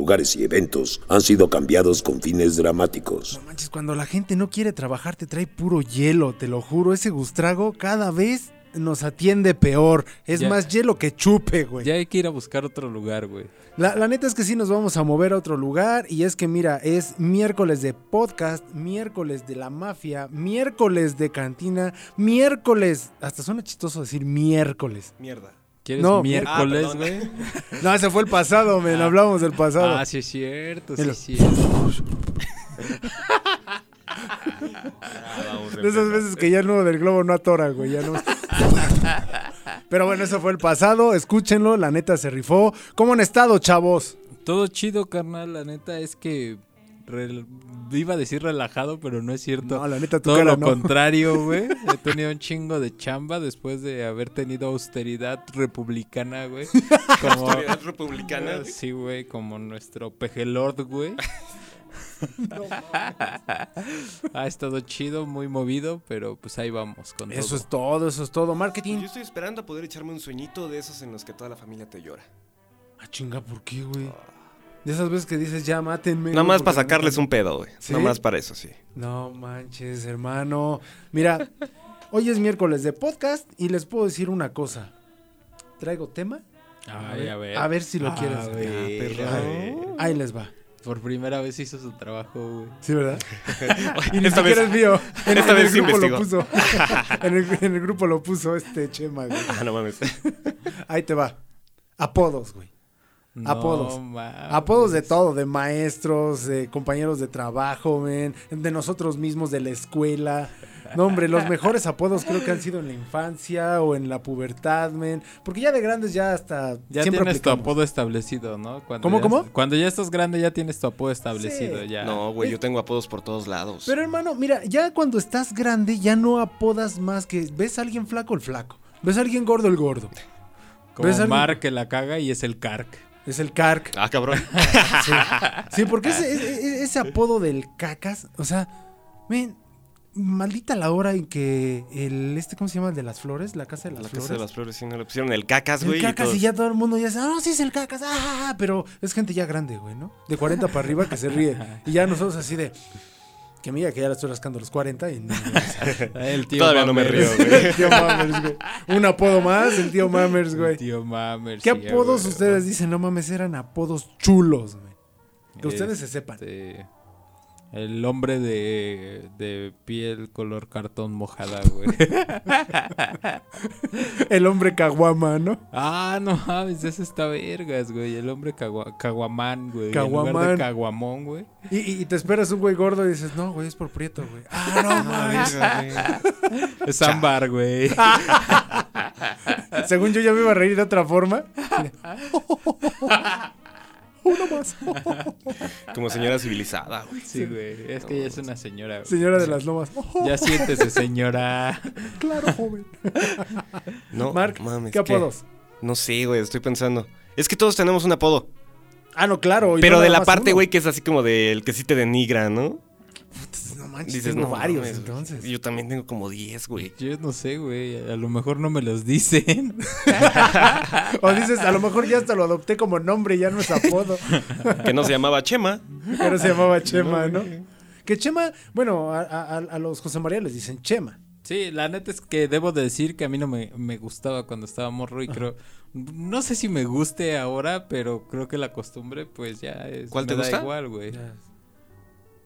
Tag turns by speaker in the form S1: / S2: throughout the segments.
S1: lugares y eventos han sido cambiados con fines dramáticos.
S2: No manches, cuando la gente no quiere trabajar te trae puro hielo, te lo juro. Ese Gustrago cada vez nos atiende peor. Es
S3: Ya.
S2: más hielo que chupe, güey.
S3: Ya hay que ir a buscar otro lugar, güey.
S2: La, la neta es que sí nos vamos a mover a otro lugar y es que mira, es miércoles de podcast, miércoles de la mafia, miércoles de cantina, miércoles, hasta suena chistoso decir miércoles.
S4: Mierda.
S3: ¿Quieres
S2: No.
S3: miércoles,
S4: Ah,
S3: güey?
S2: No, ese fue el pasado, men, hablamos del pasado.
S3: Ah, sí es cierto, sí
S2: Mira.
S3: es cierto.
S2: de esas veces que ya el nudo del globo no atora, güey, ya no. Pero bueno, eso fue el pasado, escúchenlo, la neta se rifó. ¿Cómo han estado, chavos?
S3: Todo chido, carnal. La neta es que rel- iba a decir relajado, pero no es cierto.
S2: No, la neta tu
S3: Todo
S2: cara
S3: lo
S2: no.
S3: contrario, güey. He tenido un chingo de chamba después de haber tenido austeridad republicana, güey. Como... Ah,
S4: Autoridad republicana.
S3: Sí, güey, como nuestro pejelord, güey. ha estado chido, muy movido, pero pues ahí vamos con
S2: Eso
S3: todo.
S2: es todo, eso es todo.
S4: Yo
S2: Marketing.
S4: estoy esperando a poder echarme un sueñito de esos en los que toda la familia te llora.
S2: Ah, chinga, ¿por qué, güey? De esas veces que dices, ya mátenme.
S4: Nada
S2: güey,
S4: más para
S2: porque-
S4: sacarles un pedo, güey.
S2: ¿Sí?
S4: Nada más para eso, sí.
S2: No manches, hermano. Mira, hoy es miércoles de podcast y les puedo decir una cosa. ¿Traigo tema?
S3: Ay, a ver.
S2: A ver si lo
S3: A
S2: quieres.
S3: ver,
S4: Ah, perro.
S2: Ahí les va.
S3: Por primera vez hizo su trabajo, güey.
S2: Sí, ¿verdad?
S4: Ay,
S2: Y ni
S4: Esta
S2: siquiera es
S4: vez.
S2: mío. En,
S4: esta
S2: en
S4: vez
S2: el grupo lo
S4: investigó.
S2: puso. en, el, en el grupo lo puso este Chema, güey.
S4: Ah, no mames.
S2: Ahí te va. Apodos, güey.
S3: No
S2: Apodos.
S3: mames.
S4: Ah,
S2: Apodos
S4: pues.
S2: de todo, de maestros, de compañeros de trabajo, men, de nosotros mismos, de la escuela. No, hombre, los mejores apodos creo que han sido en la infancia o en la pubertad, men. Porque ya de grandes ya hasta
S3: Ya
S2: siempre
S3: tienes tu
S2: aplicamos.
S3: apodo establecido, ¿no? Cuando
S2: ¿Cómo,
S3: ya-
S2: cómo?
S3: Cuando ya estás grande ya tienes tu apodo establecido,
S2: Sí.
S3: ya.
S4: No, güey, yo tengo apodos por todos lados.
S2: Pero hermano, mira, ya cuando estás grande ya no apodas más que ves a alguien flaco el flaco, ves a alguien gordo el gordo.
S3: Como
S2: ¿Ves algo?
S3: Mar que la caga y es el Carc.
S2: Es el carc.
S4: Ah, cabrón.
S2: Sí, Sí, porque ese, ese- ese apodo del cacas, o sea, men, maldita la hora en que el, este, ¿cómo se llama? El de las flores, la casa de las
S4: La
S2: flores.
S4: casa de las flores sí no le pusieron el cacas,
S2: el
S4: güey. y
S2: cacas y
S4: todos-
S2: ya todo el mundo ya dice, ah, no, sí es el cacas, ah, ah, ah", pero es gente ya grande, güey, ¿no? De 40 para arriba que se ríe. Y ya nosotros así de, que mira que ya le estoy rascando los 40 y no,
S3: El tío
S4: Todavía no me
S3: Mammers.
S4: río, güey.
S2: el tío Mammers, güey. Un apodo más, el tío Mammers,
S3: El
S2: güey.
S3: Tío
S4: Pues
S3: Mammers.
S2: ¿Qué
S3: sí,
S2: apodos
S3: güey.
S2: ustedes dicen? No mames, eran apodos chulos, güey. Que ustedes se sepan.
S3: Este, El hombre de, de piel color cartón mojada, güey.
S4: este
S2: El hombre caguama, ¿no?
S3: ah, no mames, ese está vergas, güey. El hombre cagua- caguamán, güey. En lugar
S2: Caguamán.
S3: de caguamón, güey.
S2: Y, y- y te esperas un güey gordo y dices, no, güey, es por prieto, güey. Ah, no mames.
S3: Es ámbar, güey.
S2: Ah, Según yo ya me iba a reír de otra forma. Uno más.
S4: Como señora civilizada, güey.
S3: Sí, güey. Es que ya es una señora, güey.
S2: Señora de las lomas. Oh,
S3: Ya siéntese, señora.
S2: claro, joven.
S4: No,
S2: Mark,
S4: mames,
S2: ¿qué apodos?
S4: No sé, güey, estoy pensando. Es que todos tenemos un apodo.
S2: Ah, no, claro. y
S4: Pero
S2: no
S4: de
S2: nada
S4: la
S2: más
S4: parte,
S2: uno.
S4: güey, que es así como del que sí te denigra, ¿no?
S2: No manches,
S4: Dices,
S2: Ah, tengo
S4: no,
S2: varios,
S4: mames, güey.
S2: entonces.
S4: Yo también tengo como 10, güey.
S3: Yo no sé, güey. A lo mejor no me los dicen.
S2: O dices, a lo mejor ya hasta lo adopté como nombre y ya no es apodo.
S4: Que no se llamaba Chema.
S2: Pero se llamaba Chema, ¿no? Que Chema, bueno, a, a- a los José María les dicen Chema.
S3: Sí, la neta es que debo de decir que a mí no me, me gustaba cuando estaba morro y creo, no sé si me guste ahora, pero creo que la costumbre pues ya es...
S4: ¿Cuál
S3: me
S4: te
S3: da
S4: gusta?
S3: igual, güey.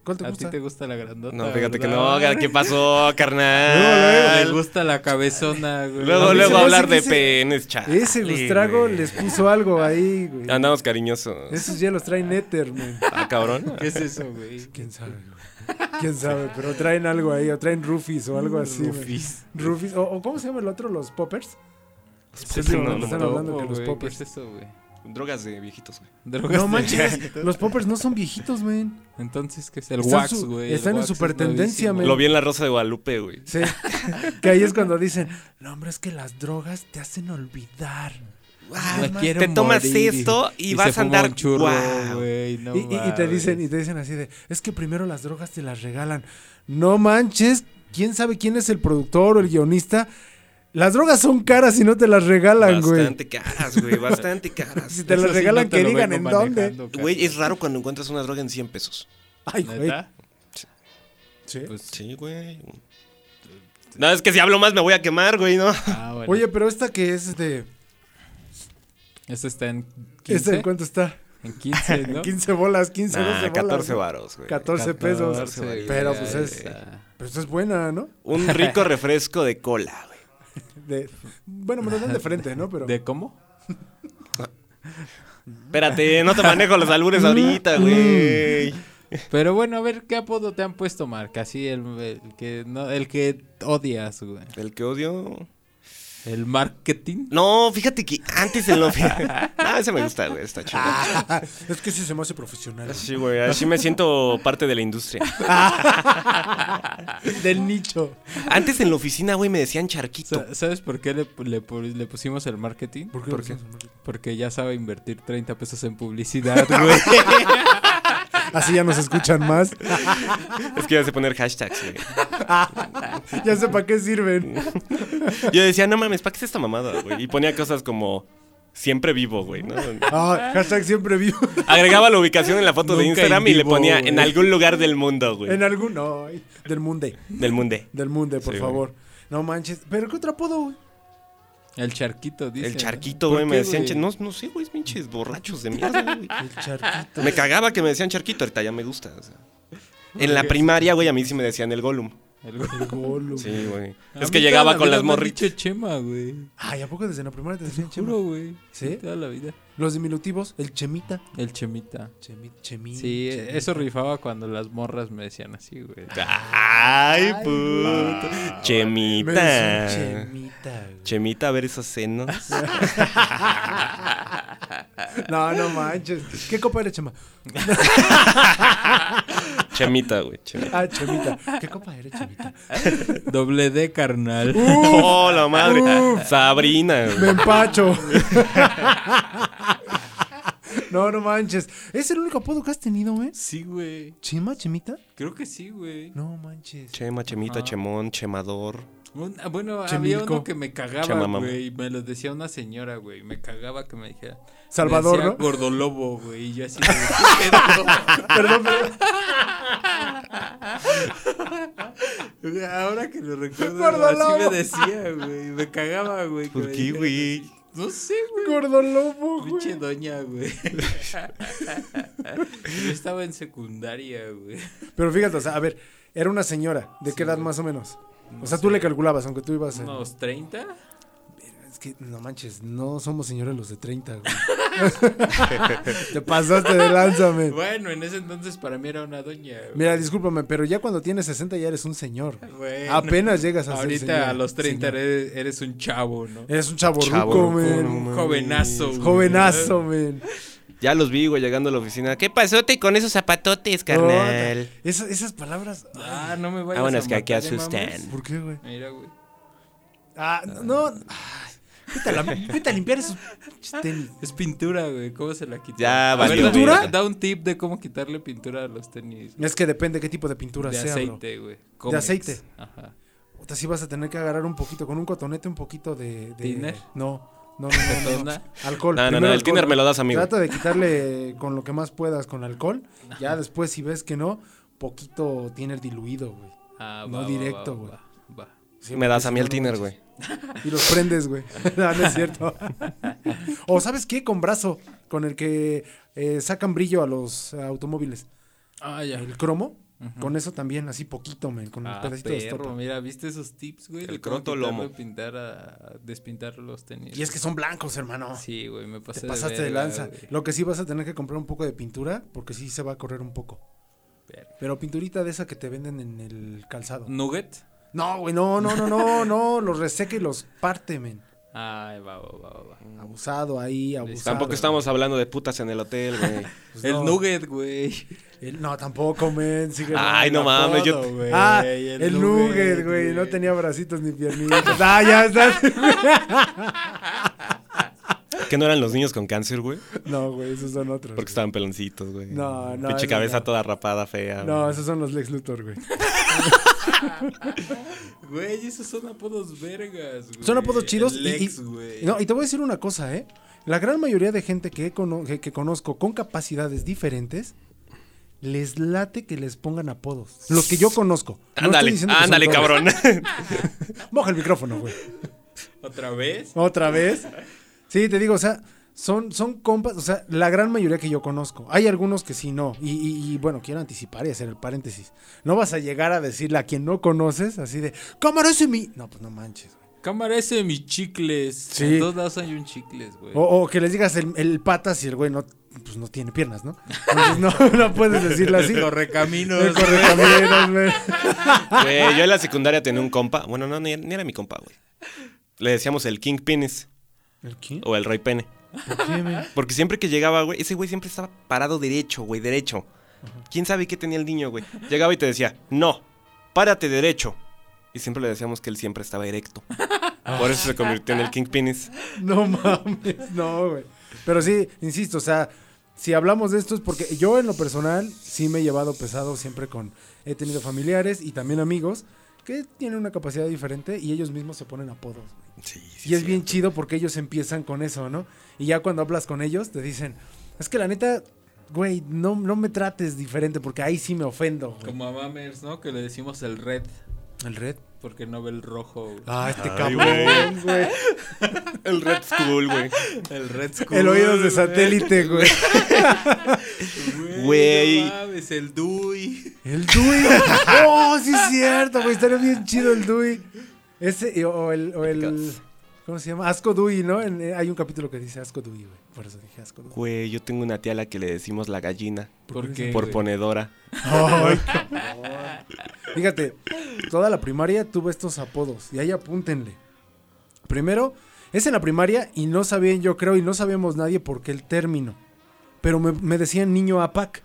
S2: ¿Cuál te
S3: A ti
S2: gusta?
S3: te gusta la grandota.
S4: No, fíjate que no,
S3: ¿verdad?
S4: ¿qué pasó,
S3: Me
S4: carnal?
S3: gusta la cabezona, güey.
S4: Ah,
S2: A
S4: Luego,
S2: mí se
S4: luego
S2: me hace
S4: hablar
S2: que
S4: de
S2: ese-
S4: penes, chaval.
S2: Ese Gustrago les puso algo ahí, güey.
S4: Andamos cariñosos.
S2: Esos ya los traen Ether, man.
S4: Ah, cabrón.
S3: ¿Qué es eso, güey?
S2: ¿Quién sabe, güey? ¿Quién sabe? Pero traen algo ahí, o traen Rufis o algo así. Rufis.
S3: Rufis.
S2: Rufis. ¿O, o cómo se llama el otro? ¿Los Poppers?
S4: Sí,
S2: sí,
S4: no,
S2: no,
S4: no,
S2: están
S4: no.
S2: hablando que
S3: Ojo,
S2: los
S3: güey, ¿Qué
S2: poppers.
S3: es eso, güey?
S4: Drogas de viejitos, güey.
S3: Drogas
S2: No
S3: de-
S2: manches, los Poppers no son viejitos, man.
S3: Entonces, ¿qué es el
S2: Están
S3: wax,
S2: su-
S3: güey? El
S2: están en
S3: wax es
S2: supertendencia,
S3: nuevísimo.
S4: Lo vi en la Rosa de Guadalupe, güey.
S2: Sí. que ahí es cuando dicen, no, hombre, es que las drogas te hacen olvidar.
S3: Me
S2: Además-
S3: Ah, quiero
S4: Te tomas
S3: morir.
S4: esto y vas
S3: se
S4: a
S3: fuma
S4: andar-
S3: un churro,
S4: ¡Guau!
S3: güey, no
S2: y, y- y te
S3: mames.
S2: dicen, y te dicen así de, es que primero las drogas te las regalan. No manches, quién sabe quién es el productor o el guionista Las drogas son caras y no te las regalan, güey.
S4: Bastante caras, güey, bastante caras.
S2: Si te las
S3: Eso sí,
S2: regalan,
S3: no te
S2: que
S3: lo
S2: digan en
S3: vengo
S2: dónde.
S3: manejando, cara.
S4: Güey, es raro cuando encuentras una droga en 100 pesos.
S2: Ay, güey.
S3: ¿Neta?
S2: Sí.
S3: Pues,
S4: Sí, güey. No, es que si hablo más me voy a quemar, güey, ¿no?
S3: ah, bueno.
S2: Oye, pero esta que es de.
S3: Este está en 15.
S2: ¿Esta en cuánto está?
S3: En 15, ¿no?
S2: 15 bolas, 15,
S4: Nah,
S2: 12 bolas.
S4: 14
S2: ¿no?
S4: varos, güey.
S2: 14 pesos.
S3: 14,
S2: pero
S3: ya
S2: pues es.
S3: está.
S2: Pero esto es buena, ¿no?
S4: Un rico refresco de cola, güey.
S2: De, bueno, me lo dan de frente, ¿no? pues, Pero.
S3: ¿De cómo?
S4: Espérate, no Mm. te manejo los albures ahorita, güey.
S3: Pero bueno, a ver, ¿qué apodo te han puesto, Marc? Así, el, el que no, el que odias, güey.
S4: El que odio.
S3: El marketing.
S4: No, fíjate que antes el novio. ah, ese me gusta, güey, está chido.
S2: Ah, es que sí se me hace profesional.
S4: Sí, güey, así me siento parte de la industria.
S2: Del nicho.
S4: Antes en la oficina, güey, me decían charquito.
S3: Sa- ¿Sabes por qué le, le pu- le pusimos el marketing?
S2: ¿Por qué?
S4: ¿Por qué?
S3: Porque ya sabe invertir 30 pesos en publicidad, güey.
S2: Así ya nos escuchan más.
S4: Es que ya sé poner hashtags, güey.
S2: Ya sé para qué sirven.
S4: Yo decía, no mames, ¿para qué es esta mamada, güey? Y ponía cosas como siempre vivo, güey, ¿no?
S2: Ah, hashtag siempre vivo.
S4: Agregaba la ubicación en la foto de
S3: Nunca
S4: Instagram
S3: en
S4: y le
S3: vivo,
S4: ponía
S3: güey.
S4: en algún lugar del mundo, güey.
S2: En algún. No, ay, del munde.
S4: Del mundo.
S2: Del munde, por
S4: Sí,
S2: favor. No manches. ¿Pero qué otro apodo, güey?
S3: El charquito, dice.
S4: El
S3: ¿no?
S4: charquito,
S3: ¿Por
S4: güey, me
S3: qué,
S4: decían,
S3: güey?
S4: "Che, no, no sé, güey, pinches borrachos de mierda, güey.
S2: El charquito.
S4: Me cagaba que me decían charquito, ahorita ya me gusta. o sea. En la primaria, güey, a mí sí me decían el Gollum.
S3: El güey.
S2: El Gollum.
S4: Sí, güey.
S3: A mí
S4: Es que
S3: toda
S4: llegaba
S3: la
S4: con
S3: vida
S4: las
S3: me han
S4: morritas.
S3: dicho Chema, güey.
S2: Ay, ¿a poco desde la primera te decían Chema?
S3: Juro, güey.
S2: ¿Sí?
S3: Toda la vida.
S2: Los diminutivos, el chemita. eh,
S3: El chemita.
S2: Chemi,
S4: Mm,
S2: chemi.
S3: Sí, e-,
S2: chemi.
S3: eso rifaba cuando las morras me decían así, güey.
S4: Ay, puto.
S2: Me
S4: Chemita.
S2: decían chemita, güey.
S4: Chemita, a ver esos senos.
S2: No, no manches. ¿Qué copa eres, Chema?
S4: Chemita, güey. Chemita.
S2: Ah, Chemita. ¿Qué copa eres, Chemita?
S3: Doble D, carnal.
S4: ¡Oh, la madre! Sabrina, güey.
S2: Me empacho. No, no manches. ¿Es el único apodo que has tenido, güey?
S3: Sí, güey.
S2: ¿Chema, Chemita?
S3: Creo que sí, güey.
S2: No manches.
S4: Chema, Chemita,
S2: Ah.
S3: Ajá.
S4: Chemón, Chemador.
S3: Un- ah, bueno, había
S2: Chemilco.
S3: uno que me cagaba,
S4: Chamamam.
S3: güey. y Me lo decía una señora, güey. Me cagaba que me dijera.
S2: Salvador,
S3: me decía
S2: ¿no?
S3: Gordolobo, güey. Y yo así. de, ¿qué pedo?
S2: Perdón, perdón.
S3: Güey, Ahora que lo recuerdo,
S2: Gordolobo.
S3: así me decía, güey. Me cagaba, güey. que
S4: ¿Por
S3: me
S4: qué,
S3: dijera-
S4: güey?
S3: No sé, güey.
S2: Gordolobo,
S3: Pinche
S2: güey.
S3: doña, güey. Yo estaba en secundaria, güey.
S2: Pero fíjate, o sea, a ver, era una señora. ¿De qué edad más o menos? O sea, tú le calculabas, aunque tú ibas a...
S3: ¿Unos 30?
S2: Es que, no manches, no somos señores los de 30, güey. Te pasaste de lanza, men.
S3: Bueno, en ese entonces para mí era una doña, güey.
S2: Mira, discúlpame, pero ya cuando tienes 60 ya eres un señor.
S3: Bueno,
S2: Apenas llegas a ser
S3: Ahorita
S2: señor,
S3: a los 30
S2: señor.
S3: eres, eres un chavo, ¿no?
S2: eres un chavo
S4: Chavorruco, no
S2: men.
S4: mames.
S3: Jovenazo, güey.
S2: Jovenazo, men.
S4: Ya los vi, güey, llegando a la oficina. ¿Qué pasote con esos zapatotes,
S2: No,
S4: carnal?
S2: esas, esas palabras. ay,
S3: Ah, no me vayas
S4: Ah, bueno,
S3: a
S4: es que aquí
S3: matar, ¿eh,
S4: asustan.
S3: mames?
S2: ¿Por qué, güey?
S3: Mira, güey.
S2: Ah, no. ay, vete, a la- vete a limpiar esos tenis.
S3: Es pintura, güey. ¿Cómo se la quita?
S4: Ya,
S3: A
S4: valió
S3: ver, da-
S4: ¿Pintura?
S3: Da un tip de cómo quitarle pintura a los tenis.
S2: Es que depende qué tipo de pintura
S3: De
S2: sea, bro.
S3: aceite, güey. Comex.
S2: aceite.
S3: Ajá.
S2: Puta, sí vas a tener que agarrar un poquito, con un cotonete un poquito de... de-
S3: ¿Tiner?
S2: No, no, no, no, no,
S3: ¿Tetona?
S2: Alcohol.
S4: No, no,
S2: primero
S4: no, el
S2: alcohol,
S4: Tinder
S2: ¿no?
S4: me lo das a mí, güey.
S2: Trata de quitarle con lo que más puedas con alcohol. Ya después, si ves que no, poquito tiene el diluido, güey.
S3: Ah,
S2: No
S3: va, va,
S2: directo,
S3: va,
S2: güey.
S3: va, va.
S2: Sí,
S4: Me das
S2: porque
S4: a
S2: si
S4: mí
S2: no,
S4: el
S2: no
S4: Tinder,
S2: manches.
S4: güey.
S2: Y los prendes, güey. no, no es cierto. o ¿sabes qué? Con brazo, con el que eh, sacan brillo a los automóviles.
S3: Ah, ya.
S2: El cromo, con eso también, así poquito, men, con un
S3: Ah,
S2: pedacito de
S3: perro,
S2: estopa.
S3: mira, ¿viste esos tips, güey?
S4: El
S3: De cómo
S4: croto
S3: quitarle
S4: lomo.
S3: Pintar a, a despintar los tenis.
S2: Y es que son blancos, hermano.
S3: Sí, güey, me pasé
S2: Te pasaste de
S3: verga,
S2: lanza.
S3: güey.
S2: Lo que sí vas a tener que comprar un poco de pintura, porque sí se va a correr un poco.
S3: Verga.
S2: Pero pinturita de esa que te venden en el calzado.
S3: ¿Nugget?
S2: No, güey, no, no, no, no, no. Los reseca y los parte, men.
S3: Ay, va, va, va, va, va.
S2: Ah, Abusado ahí, abusado.
S4: Tampoco estamos hablando de putas en el hotel, güey.
S2: Pues
S3: el
S2: no.
S3: nugget, güey.
S2: El- no, tampoco, men. sigue
S4: Ay,
S2: dando
S4: no
S2: el
S4: mames,
S2: apodo,
S4: yo-
S2: güey. Ah, el,
S3: el
S2: nugget,
S3: nugget,
S2: güey. No
S3: güey.
S2: tenía bracitos ni piernitas. Ah, ya está.
S4: que no eran los niños con cáncer, güey?
S2: No, güey, esos son otros.
S4: Porque
S2: güey.
S4: estaban peloncitos, güey.
S2: No, no,
S4: Pinche
S2: eso
S4: cabeza
S2: no.
S4: toda rapada, fea.
S2: No,
S4: güey.
S2: esos son los Lex Luthor, güey.
S3: Güey, esos son apodos vergas, güey.
S2: Son apodos chidos.
S3: El
S2: y-
S3: Lex,
S2: y,
S3: güey.
S2: no, y te voy a decir una cosa, ¿eh? La gran mayoría de gente que, he cono- que, que conozco con capacidades diferentes, les late que les pongan apodos. Los que yo conozco. No estoy
S4: Ándale,
S2: diciendo que son
S4: ándale,
S2: todos.
S4: cabrón.
S2: Moja el micrófono, güey.
S3: ¿Otra vez?
S2: ¿Otra vez? Sí, te digo, o sea, son, son compas, o sea, la gran mayoría que yo conozco. Hay algunos que sí, no. Y, y- y, bueno, quiero anticipar y hacer el paréntesis. No vas a llegar a decirle a quien no conoces, así de, cámara ese mi... No, pues no manches. güey.
S3: Cámara ese de mis chicles.
S2: Sí. Oh,
S3: En todos lados hay un chicles, güey.
S2: O, o que les digas el, el patas y el güey no, pues no tiene piernas, ¿no? Entonces, no, no puedes decirle así.
S3: Correcaminos.
S2: Eh, correcaminos, güey.
S4: Güey, yo en la secundaria tenía un compa. Bueno, no, ni, ni era mi compa, güey. Le decíamos el King Penis
S2: ¿El qué?
S4: o el Rey Pene.
S2: ¿Por qué, güey?
S4: Porque siempre que llegaba, güey, ese güey siempre estaba parado derecho, güey, derecho. ¿Quién sabe qué tenía el niño, güey? Llegaba y te decía, no, párate derecho. Y siempre le decíamos que él siempre estaba erecto. Por eso se convirtió en el King Penis.
S2: No mames, no, güey. Pero sí, insisto, o sea, si hablamos de esto es porque yo en lo personal sí me he llevado pesado siempre con... He tenido familiares y también amigos que tienen una capacidad diferente y ellos mismos se ponen apodos.
S4: Sí, sí.
S2: Y es bien chido porque ellos empiezan con eso, ¿no? Y ya cuando hablas con ellos te dicen, es que la neta, güey, no, no me trates diferente porque ahí sí me ofendo. güey".
S3: Como a Mammers, ¿no? Que le decimos el red.
S2: ¿El red?
S3: Porque no ve el rojo. güey.
S2: Ah, este
S4: Ay,
S2: cabrón, güey.
S4: El Red School, güey.
S3: El red school.
S2: El oído de
S3: güey.
S2: satélite, güey.
S4: Güey.
S3: No mames, el Dui.
S2: El Dui. oh, sí es cierto, güey. Estaría bien chido el Dui. Ese, y- o el, o el- ¿Cómo se llama? Asco Dui, ¿no? En- eh, hay un capítulo que dice Asco Dui, güey. Por eso dije Asco Dui.
S4: Güey, yo tengo una tía a la que le decimos la gallina.
S2: ¿Por
S3: ¿Por
S2: qué?
S3: qué?
S4: Por
S3: güey?
S4: ponedora.
S2: Ay, cabrón. Fíjate, toda la primaria tuvo estos apodos. Y ahí apúntenle. Primero, es en la primaria y no sabían, yo creo, y no sabíamos nadie por qué el término. Pero me, me decían niño APAC.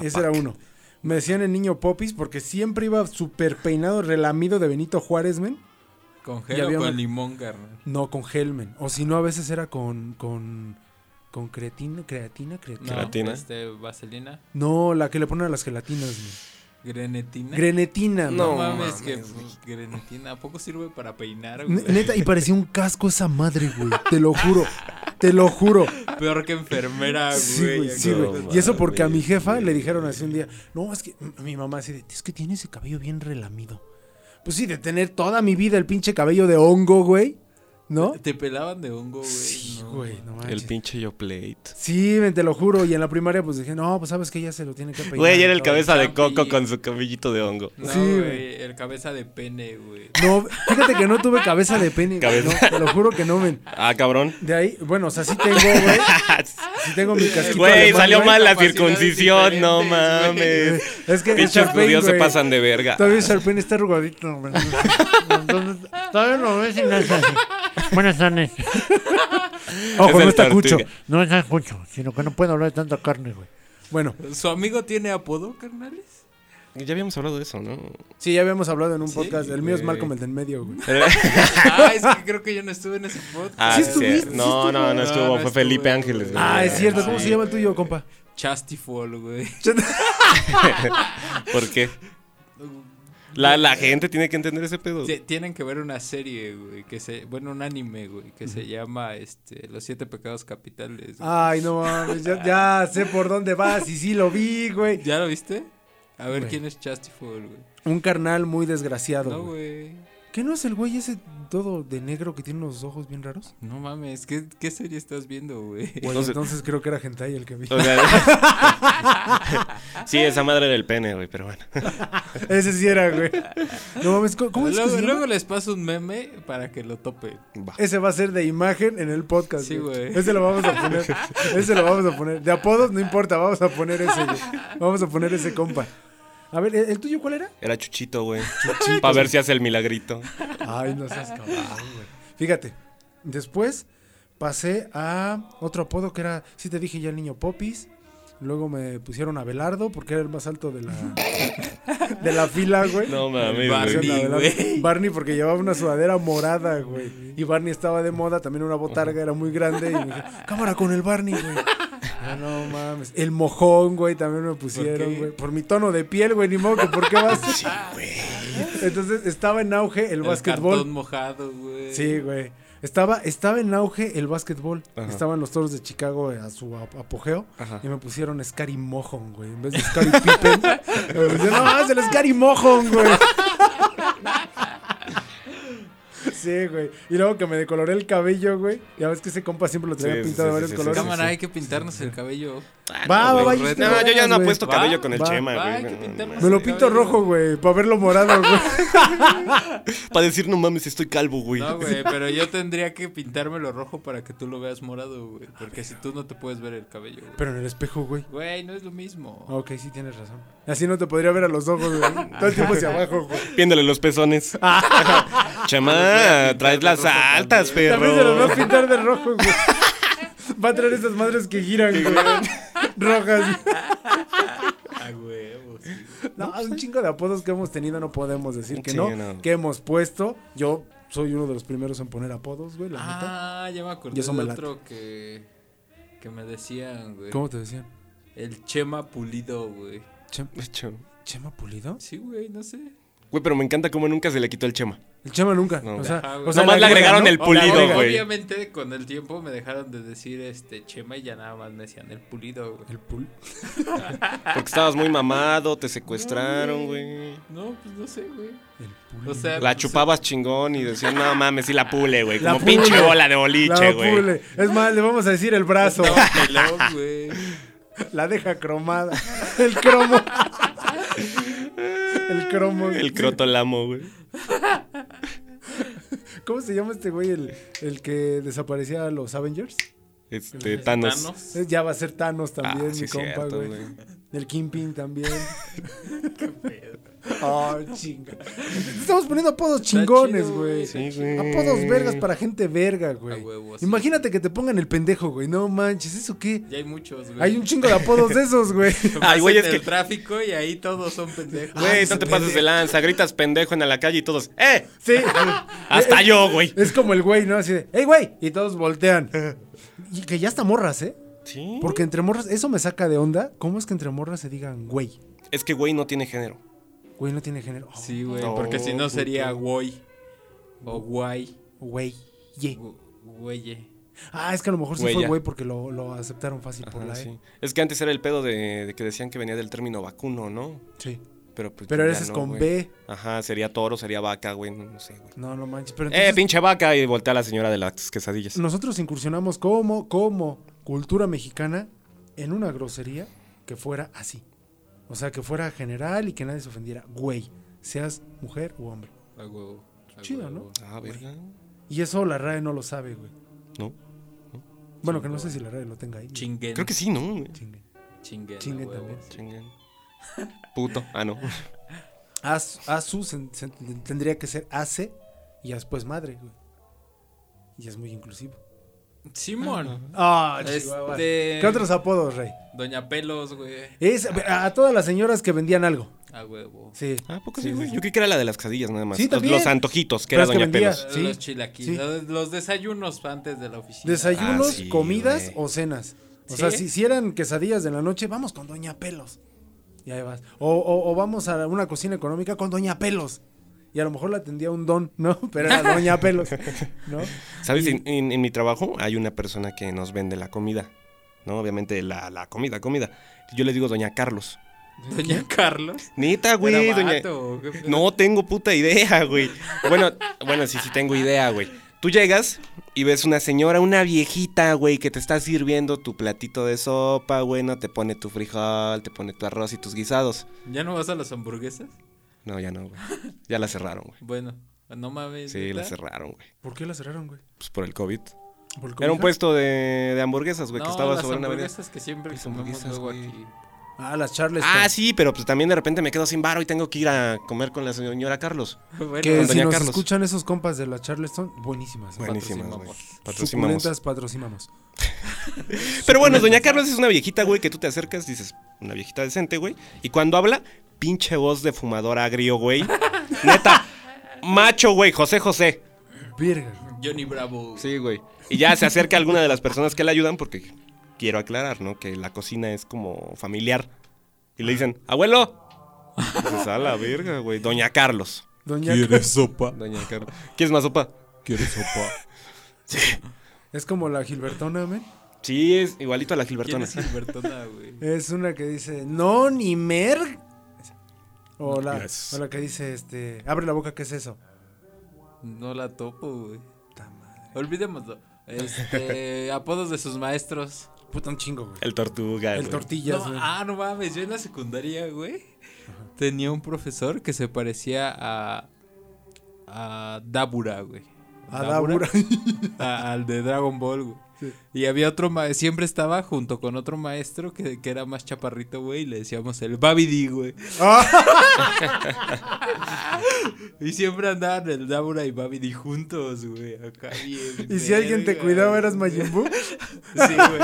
S2: Ese era uno. Me decían el niño Popis porque siempre iba súper peinado, relamido de Benito Juárez, men.
S3: Con
S2: Ya
S3: gel
S2: había
S3: o con
S2: una-
S3: limón, carnal.
S2: No, con Helmen. O si no, a veces era con. con. con creatina, creatina, creatina.
S3: No,
S4: ¿Gelatina?
S3: este, vaselina.
S2: No, la que le ponen a las gelatinas, güey.
S3: Grenetina.
S2: Grenetina,
S4: No
S3: No, mames,
S4: mames,
S3: que
S4: güey.
S3: pues, grenetina. ¿A poco sirve para peinar,
S2: güey.
S3: güey?
S2: Ne- Neta, y parecía un casco esa madre, güey. Te lo juro. Te lo juro.
S3: Peor que enfermera, güey.
S2: Sí, güey, sí,
S3: acá.
S4: Ah, no
S2: güey. Y eso porque a mi
S4: mames,
S2: jefa le
S4: güey.
S2: dijeron así un día, no, es que m- mi mamá así de, es que tiene ese cabello bien relamido. Pues sí, de tener toda mi vida el pinche cabello de hongo, güey. ¿No?
S3: Te pelaban de hongo, güey.
S2: Sí,
S3: no,
S2: güey, no manches.
S4: El pinche yo plate.
S2: Sí, men, te lo juro. Y en la primaria, pues dije, no, pues sabes que ya se lo tiene que peinar.
S4: Güey, era el
S3: no,
S4: cabeza de
S3: champi.
S4: coco con su cabellito de hongo.
S3: No,
S2: Sí,
S3: güey,
S2: güey.
S3: el cabeza de pene, güey.
S2: No, fíjate que no tuve cabeza de pene. güey,
S4: Cabeza.
S2: no, te lo juro que no, men.
S4: Ah, cabrón.
S2: De ahí, bueno, o sea, sí tengo, güey.
S4: Ah,
S2: Sí tengo mi casquito.
S4: Güey,
S2: alemán,
S4: salió
S3: güey,
S4: mal la
S3: capacidades
S4: circuncisión, no
S3: diferentes, güey.
S4: mames.
S2: Es que
S4: Pinches
S2: Sharpay,
S4: judíos se
S2: güey,
S4: pasan de verga.
S2: Todavía Sharpay está arrugadito. güey. Entonces,
S5: Todavía lo ves y no es así. Buenas tardes.
S2: Ojo,
S4: el
S2: no está
S4: tortuga.
S2: cucho.
S5: No es así mucho, sino que no puedo hablar de tanta carne, güey.
S2: Bueno,
S3: ¿Su amigo tiene apodo, carnales?
S4: Ya habíamos hablado de eso, ¿no?
S2: sí, ya habíamos hablado en un
S3: Sí,
S2: podcast. El mío es
S3: güey.
S2: Malcolm, el del medio, güey.
S3: ah, es que creo que yo no estuve en ese podcast.
S4: Ah,
S2: Sí
S4: sí,
S2: estuviste, sí
S4: no, no,
S3: estuvo.
S4: no estuvo.
S3: No, no
S4: Fue Felipe
S3: estuve,
S4: Ángeles.
S3: güey.
S4: güey.
S2: Ah, es cierto. ¿Cómo
S3: sí,
S2: se llama el tuyo, compa?
S3: Chastifol, güey.
S4: ¿Por qué? La, la gente tiene que entender ese pedo.
S3: Tie- Tienen que ver una serie, güey, que se... Bueno, un anime, güey, que se llama, este, Los Siete Pecados Capitales. güey.
S2: Ay, no mames. Ya, ya sé por dónde vas y sí lo vi, güey.
S3: ¿Ya lo viste? A ver
S2: Güey.
S3: quién es Chastifol, güey.
S2: Un carnal muy desgraciado.
S3: No,
S2: güey.
S3: güey.
S2: ¿Qué no es el güey ese todo de negro que tiene los ojos bien raros?
S3: No mames, ¿qué, qué serie estás viendo, güey?
S2: Bueno,
S4: Entonces-
S2: entonces creo que era Hentai el que vi.
S4: O sea, sí, esa madre era el pene, güey, pero bueno.
S2: Ese sí era, güey. No mames, ¿cómo, cómo es que
S3: Luego,
S2: se llama?
S3: luego les paso un meme para que lo tope.
S2: Ese va a ser de imagen en el podcast.
S3: Sí, güey.
S2: Ese lo vamos a poner. Ese lo vamos a poner. De apodos no importa, vamos a poner ese. güey. Vamos a poner ese compa. A ver, ¿el el tuyo cuál era?
S4: Era Chuchito, güey. Para ver si hace el milagrito.
S2: Ay, no seas cabrón, güey. Fíjate, después pasé a otro apodo que era, sí te dije ya el niño Popis, Luego me pusieron a Belardo porque era el más alto de la, de la fila, güey.
S4: No mames,
S3: Barney,
S4: güey.
S2: Pusieron a Belardo.
S3: güey.
S2: Barney porque llevaba una sudadera morada, güey. Y Barney estaba de moda, también una botarga, era muy grande. Y me dijeron, cámara con el Barney, güey. Ah, no mames. El mojón, güey, también me pusieron,
S3: qué?
S2: güey. Por mi tono de piel, güey, ni modo que por qué vas. Entonces estaba en auge el,
S3: El
S2: básquetbol.
S3: cartón mojado, güey.
S2: Sí, güey. Estaba, estaba en auge el básquetbol.
S4: Ajá.
S2: Estaban los toros de Chicago eh, a su ap- apogeo.
S4: Ajá.
S2: Y me pusieron Scary Mojon, güey. En vez de Scary Pippen. me pusieron, no, es el Scary Mojon, güey. Sí, güey. Y luego que me decoloré el cabello, güey. Ya ves que ese compa siempre lo traía
S4: Sí, sí,
S2: pintado
S4: sí,
S2: de varios
S4: sí, sí,
S2: colores.
S4: sí,
S3: Cámara, hay que pintarnos el cabello.
S2: Va, va, va.
S4: Ah, güey.
S2: yo estoy
S4: No, yo ya
S2: buenas,
S4: no
S2: güey.
S4: apuesto cabello
S3: Va,
S4: con el
S2: va.
S4: chema,
S3: Va, hay
S4: güey.
S3: que
S4: No, no,
S3: pintarnos
S4: no.
S2: Me lo pinto
S3: Cabello.
S2: rojo, güey, para verlo morado, güey.
S4: Para decir, no mames, estoy calvo, güey.
S3: No, güey, pero yo tendría que pintármelo rojo para que tú lo veas morado, güey. Porque si tú no te puedes ver el cabello, güey.
S2: Pero en el espejo, güey.
S3: Güey, no es lo mismo.
S2: Ok, sí tienes razón. Así no te podría ver a los ojos, güey. Todo el tiempo hacia abajo, güey. Ah,
S4: Piéndole los pezones. Chema, traes las altas,
S2: También se los va
S4: perro.
S2: a pintar de rojo, güey. Va a traer esas madres que giran, güey. Rojas.
S3: Ah, huevo, sí.
S2: No, hay un chingo de apodos que hemos tenido, no podemos decir que
S4: Sí,
S2: no,
S4: no.
S2: Que hemos puesto. Yo soy uno de los primeros en poner apodos, güey, la neta.
S3: Ah, ya me acordé
S2: Y eso
S3: de
S2: me late.
S3: otro que, que me decían, güey.
S2: ¿Cómo te decían?
S3: El Chema Pulido, güey.
S2: Chem-
S4: Chema.
S2: ¿Chema Pulido?
S3: Sí, güey, no sé.
S4: Güey, pero me encanta cómo nunca se le quitó el chema.
S2: El Chema nunca.
S4: No.
S2: O sea,
S3: Ajá, Ah, güey.
S2: Ah, o sea,
S4: Ah, Nomás le agregaron
S2: ¿no?
S4: el pulido,
S2: Oiga,
S4: güey.
S3: Obviamente, con el tiempo me dejaron de decir este Chema y ya nada más me decían el Pulido, güey.
S2: El pul.
S4: Porque estabas muy mamado, te secuestraron, güey.
S3: No, pues no sé, güey.
S2: El
S3: O sea,
S4: La
S3: pues,
S4: chupabas chingón y decían, no mames, sí la pule, güey.
S2: La
S4: Como
S2: pule.
S4: pinche bola de
S2: La
S4: boliche, güey.
S2: pule. Es más, le vamos a decir el brazo.
S3: estaba pelón, güey.
S2: La deja cromada. El cromo. El cromo.
S4: El crotolamo, güey.
S2: ¿Cómo se llama este güey? El, el que desaparecía a los Avengers.
S4: Este, Thanos.
S2: Eh, Ya va a ser Thanos también,
S4: Ah, sí
S2: mi
S4: es
S2: compa,
S4: cierto,
S2: güey.
S4: güey.
S2: El Kingpin también. Oh, chinga. Estamos poniendo apodos chingones,
S3: chido,
S2: güey.
S3: güey.
S4: Sí, güey.
S2: Apodos vergas para gente verga, güey.
S3: A huevo, sí.
S2: Imagínate que te pongan el pendejo, güey. No manches, ¿eso qué?
S3: Ya hay muchos, güey.
S2: Hay un chingo de apodos de esos, güey.
S4: Ay, güey, es
S3: el
S4: que-
S3: tráfico y ahí todos son pendejos.
S4: Güey,
S2: ese
S4: no te pases de lanza, gritas pendejo en la calle y todos, ¡eh!
S2: Sí.
S4: Hasta yo, güey.
S2: Es como el güey, ¿no? Así de, ¡hey, güey! Y todos voltean. Y que ya hasta morras, ¿eh?
S4: Sí.
S2: Porque entre morras, eso me saca de onda. ¿Cómo es que entre morras se digan güey?
S4: Es que güey no tiene género.
S2: Güey no tiene género. Oh,
S3: Sí, güey,
S4: No,
S3: porque si no
S4: puto.
S3: sería güey. O guay.
S2: Oh, Güey. ye.
S3: gu- Güeye.
S2: Ah, es que a lo mejor sí
S4: Güey,
S2: fue
S4: ya.
S2: güey porque lo, lo aceptaron fácil por
S4: Ajá,
S2: la E.
S4: sí. Es que antes era el pedo de, de que decían que venía del término vacuno, ¿no?
S2: Sí.
S4: Pero, pues,
S2: Pero
S4: ya
S2: ese es
S4: no,
S2: con
S4: güey.
S2: B.
S4: Ajá, sería toro, sería vaca, güey, no, no sé, güey.
S2: No, no manches. Pero
S4: Eh,
S2: entonces,
S4: pinche vaca, y voltea a la señora de las quesadillas.
S2: nosotros incursionamos como, como cultura mexicana en una grosería que fuera así. O sea, que fuera general y que nadie se ofendiera. Güey, seas mujer u hombre.
S3: A huevo. a
S2: Chido,
S3: huevo.
S4: Ah, verga.
S2: Y eso la RAE no lo sabe, güey.
S4: No.
S2: Bueno, que no sé si la RAE lo tenga ahí.
S3: Chinguen.
S4: Creo que sí, ¿no? güey?
S2: Chingue.
S3: Chinguen. a
S2: Chinguen
S3: huevo.
S2: también.
S4: Chingan. Puto. Ah, no.
S2: Asu, asu se- se- tendría que ser hace y ya después madre, güey. Y es muy inclusivo.
S3: Simón.
S2: Ah, chihuahua.
S3: Este.
S2: ¿Qué otros apodos, Rey?
S3: Doña Pelos, güey.
S2: Es a, a todas las señoras que vendían algo.
S3: A huevo.
S2: Sí.
S4: Ah, ¿a poco sí, güey. Yo creí que era la de las quesadillas nada más.
S2: Sí,
S4: Los-
S2: también.
S4: Los antojitos, que
S2: Pero
S4: era
S2: es que
S4: Doña
S2: vendía.
S4: Pelos.
S2: Sí,
S3: Los chilaquiles.
S2: sí.
S3: Los, los desayunos antes de la oficina.
S2: Desayunos,
S4: Ah, sí,
S2: comidas
S4: güey.
S2: o cenas. O
S3: ¿Sí?
S2: sea, si hicieran quesadillas de la noche, vamos con Doña Pelos. Y ahí vas. O, o- o vamos a una cocina económica con Doña Pelos. Y a lo mejor la atendía un don, ¿no? Pero era Doña Pelos, ¿no?
S4: ¿Sabes? En, en- en mi trabajo hay una persona que nos vende la comida. ¿No? Obviamente la, la comida, comida. Yo le digo Doña Carlos.
S3: Doña Carlos.
S4: Neta, Ah, güey.
S3: ¿Era
S4: Doña...
S3: vato o qué pedo?
S4: No tengo puta idea, güey. Bueno, bueno, sí, sí tengo idea, güey. Tú llegas y ves una señora, una viejita, güey, que te está sirviendo tu platito de sopa, güey, no te pone tu frijol, te pone tu arroz y tus guisados.
S3: ¿Ya no vas a las hamburguesas?
S4: No, ya no, güey. Ya la cerraron, güey.
S3: Bueno, no mames.
S4: Sí, la
S3: ¿neta?
S4: cerraron, güey.
S2: ¿Por qué la cerraron, güey?
S4: Pues por el COVID.
S2: ¿Por
S4: Era un
S2: cobija?
S4: puesto de, de hamburguesas, güey,
S3: No,
S4: que estaba
S3: las
S4: sobre una avenida.
S3: hamburguesas que siempre
S4: Las
S3: comemos
S4: hamburguesas,
S3: luego
S4: güey.
S3: aquí.
S2: Ah, las Charleston.
S4: Ah, sí, pero pues también de repente me quedo sin varo y tengo que ir a comer con la señora Carlos.
S3: Bueno,
S2: Que
S4: con
S2: si
S4: Doña
S2: nos
S4: Carlos.
S2: escuchan esos compas de las Charleston, buenísimas. ¿eh?
S4: Buenísimas, güey.
S3: Patrocinamos.
S4: Patrocinamos.
S2: Suculentas patrocinamos.
S4: Pero bueno, Doña Carlos es una viejita, güey, que tú te acercas, dices, una viejita decente, güey. Y cuando habla, pinche voz de fumador agrio, güey. Neta, macho, güey, José José.
S2: Virga.
S3: Johnny Bravo.
S4: Sí, güey. Y ya se acerca alguna de las personas que le ayudan porque quiero aclarar, ¿no? Que la cocina es como familiar. Y le dicen, abuelo. Y Dices, a la verga, güey. Doña Carlos.
S2: Doña
S3: ¿Quieres sopa?
S4: Doña Carlos. ¿Quieres más sopa?
S3: ¿Quieres sopa?
S2: Es como la Gilbertona, men.
S4: Sí, es igualito a la
S3: ¿Quién
S4: Gilbertona.
S3: es Gilbertona, güey?
S2: Es una que dice, no, ni mer. O la,
S4: Yes.
S2: o la que dice, este, abre la boca, ¿qué es eso?
S3: No la topo, güey. Olvidémoslo. Este, apodos de sus maestros.
S2: Puta, un chingo, güey.
S4: El tortuga,
S2: El
S4: güey.
S2: tortillas,
S3: No,
S2: güey.
S3: ah, no mames, yo en la secundaria, güey, tenía un profesor que se parecía a a Dabura, güey.
S4: Ah,
S2: A Dabura.
S3: A- al de Dragon Ball, güey. Y había otro maestro, siempre estaba junto con otro maestro que, que era más chaparrito, güey, y le decíamos el Babidi, güey.
S2: Ah,
S3: y siempre andaban el Dabura y Babidi juntos, güey, acá bien.
S2: y si alguien te
S3: verga,
S2: cuidaba,
S3: güey.
S2: eras Majin Buu.
S3: Sí, güey.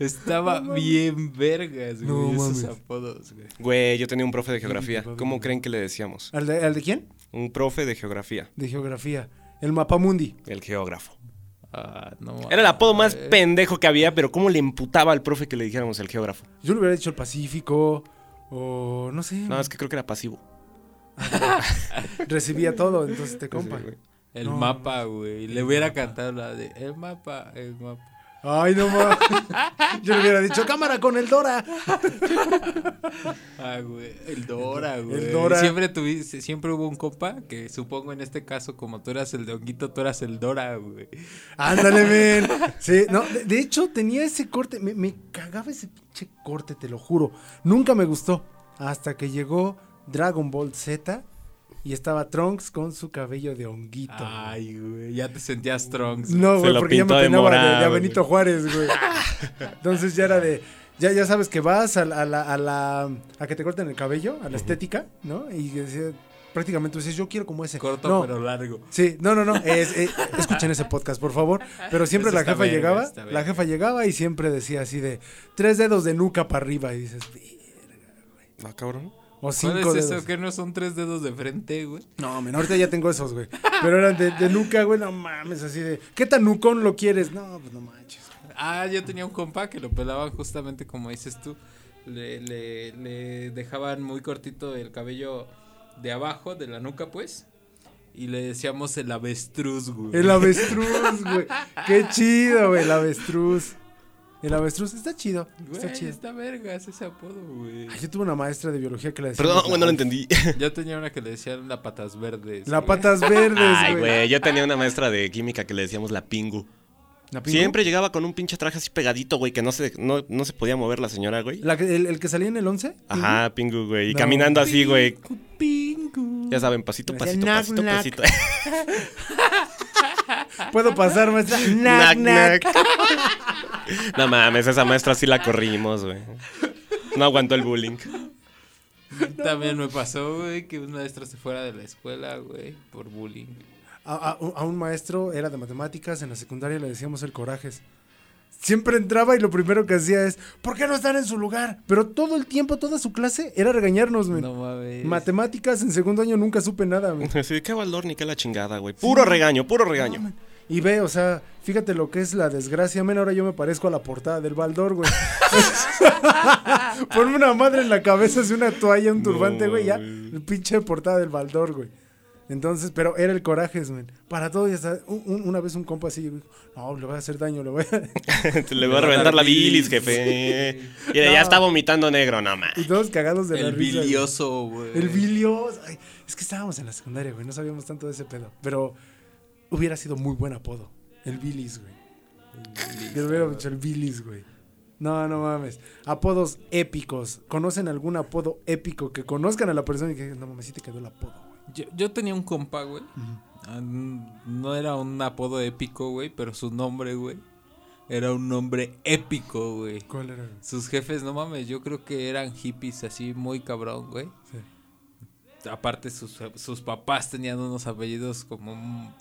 S3: Estaba bien vergas,
S2: No
S3: güey, esos
S2: mames.
S3: apodos, güey.
S4: Güey, yo tenía un profe de geografía. ¿Cómo creen que le decíamos?
S2: ¿Al de, ¿Al de quién?
S4: Un profe de geografía.
S2: De geografía. El mapamundi.
S4: El geógrafo.
S3: Ah, no.
S4: Era el apodo más pendejo que había, pero ¿cómo le imputaba al profe que le dijéramos el geógrafo?
S2: Yo le hubiera dicho el Pacífico. O no sé.
S4: No, es que creo que era pasivo.
S2: Recibía todo, entonces te compa.
S4: Sí, güey.
S3: El
S2: No,
S3: mapa, güey. Le hubiera cantado la de el mapa, el mapa.
S2: Ay, no mames. Yo le hubiera dicho cámara con el Dora.
S3: Ah, güey. El Dora, güey.
S2: Dora.
S3: Siempre tuviste, siempre hubo un copa que supongo en este caso, como tú eras el donguito, tú eras el Dora, güey.
S2: Ándale, men. Sí, no, de, de hecho tenía ese corte, me, me cagaba ese pinche corte, te lo juro. Nunca me gustó. Hasta que llegó Dragon Ball Z y estaba Trunks con su cabello de honguito.
S3: Ay, güey. Ya te sentías strong.
S2: no,
S4: Se
S2: güey,
S4: lo
S2: porque ya me
S4: pintó de
S2: penaba de, de
S4: morado,
S2: a Benito Juárez, güey. Entonces ya era de. Ya, ya sabes que vas a, la- a la, a la- a que te corten el cabello, a la estética, ¿no? Y decía, prácticamente tú dices, yo quiero como ese.
S3: Corto
S2: No,
S3: pero largo.
S2: Sí, no, no, no. es- eh, escuchen ese podcast, por favor. Pero siempre
S3: Eso
S2: la
S3: está
S2: jefa
S3: verga,
S2: llegaba,
S3: está verga.
S2: la jefa llegaba y siempre decía así de tres dedos de nuca para arriba y dices, "Pi".
S4: Ah, cabrón.
S2: o
S3: ¿Cuál
S2: cinco
S3: es
S2: dedos.
S3: eso? Que no son tres dedos de frente, güey.
S2: No, men, ahorita ya tengo esos, güey. Pero eran de, de nuca, güey, no mames, así de, ¿qué tan nucón lo quieres? No, pues no manches.
S3: Ah, yo tenía un compa que lo pelaban justamente como dices tú. Le, le- le dejaban muy cortito el cabello de abajo, de la nuca, pues. Y le decíamos el avestruz, güey.
S2: El avestruz, güey. Qué chido, güey, el avestruz. El avestruz está chido,
S3: Güey,
S2: está chido.
S3: está vergas ese apodo, güey.
S2: Ay, yo tuve una maestra de biología que la decía.
S4: Perdón, bueno, pues, no lo entendí.
S3: Yo tenía una que le decían la patas verdes.
S2: La
S3: güey.
S2: patas verdes,
S4: Ay,
S2: güey.
S4: güey, yo tenía una maestra de química que le decíamos la pingu.
S2: ¿La pingo?
S4: Siempre llegaba con un pinche traje así pegadito, güey, que no se, no, no se podía mover la señora, güey.
S2: La que- el, el que salía en el 11?
S4: Ajá, pingu, güey. Y
S2: No.
S4: caminando así, güey.
S3: Pingu.
S4: Ya saben, pasito,
S2: Me
S4: pasito,
S5: decía,
S4: pasito,
S5: "Nac,
S4: pasito.
S2: ¿Puedo pasar, maestra?
S4: Nac,
S2: Nac,
S4: nac.
S2: nac.
S4: No mames, esa maestra sí la corrimos, güey. No aguantó el bullying.
S3: También me pasó, güey, que un maestro se fuera de la escuela, güey, por bullying.
S2: A, a- a un maestro era de matemáticas, en la secundaria le decíamos el corajes. Siempre entraba y lo primero que hacía es, ¿por qué no están en su lugar? Pero todo el tiempo, toda su clase, era regañarnos, men.
S3: No mames.
S2: Matemáticas en segundo año nunca supe nada, men.
S4: Sí, qué valor ni qué la chingada, güey. Puro regaño, puro regaño.
S2: Y ve, o sea, fíjate lo que es la desgracia, men. Ahora yo me parezco a la portada del Baldor, güey. Ponme una madre en la cabeza, es una toalla, un turbante, güey, ya.
S4: mames.
S2: El pinche portada del Baldor, güey. Entonces, pero era el corajes, men. Para todo, ya está. Un- un- una vez un compa así, dijo, no, le voy a hacer daño, le voy a.
S4: Te le voy a reventar la bilis, jefe. Mira, ya está vomitando negro, no
S2: Y
S4: mames.
S2: todos cagados de la
S3: El
S2: risa. güey.
S3: bilioso, güey.
S2: El bilios. Ay, es que estábamos en la secundaria, güey. No sabíamos tanto de ese pedo. Pero hubiera sido muy buen apodo. El bilis, güey. Yo le hubiera dicho el bilis, güey. No, no mames. Apodos épicos. ¿Conocen algún apodo épico que conozcan a la persona y que digan, no mames, sí te quedó el apodo, güey?
S3: Yo, yo tenía un compa, güey. Ah, n- No era un apodo épico, güey, pero su nombre, güey, era un nombre épico, güey.
S2: ¿Cuál era? güey?
S3: Sus jefes, no mames, yo creo que eran hippies así muy cabrón, güey.
S2: Sí.
S3: Aparte sus, sus papás tenían unos apellidos como... un-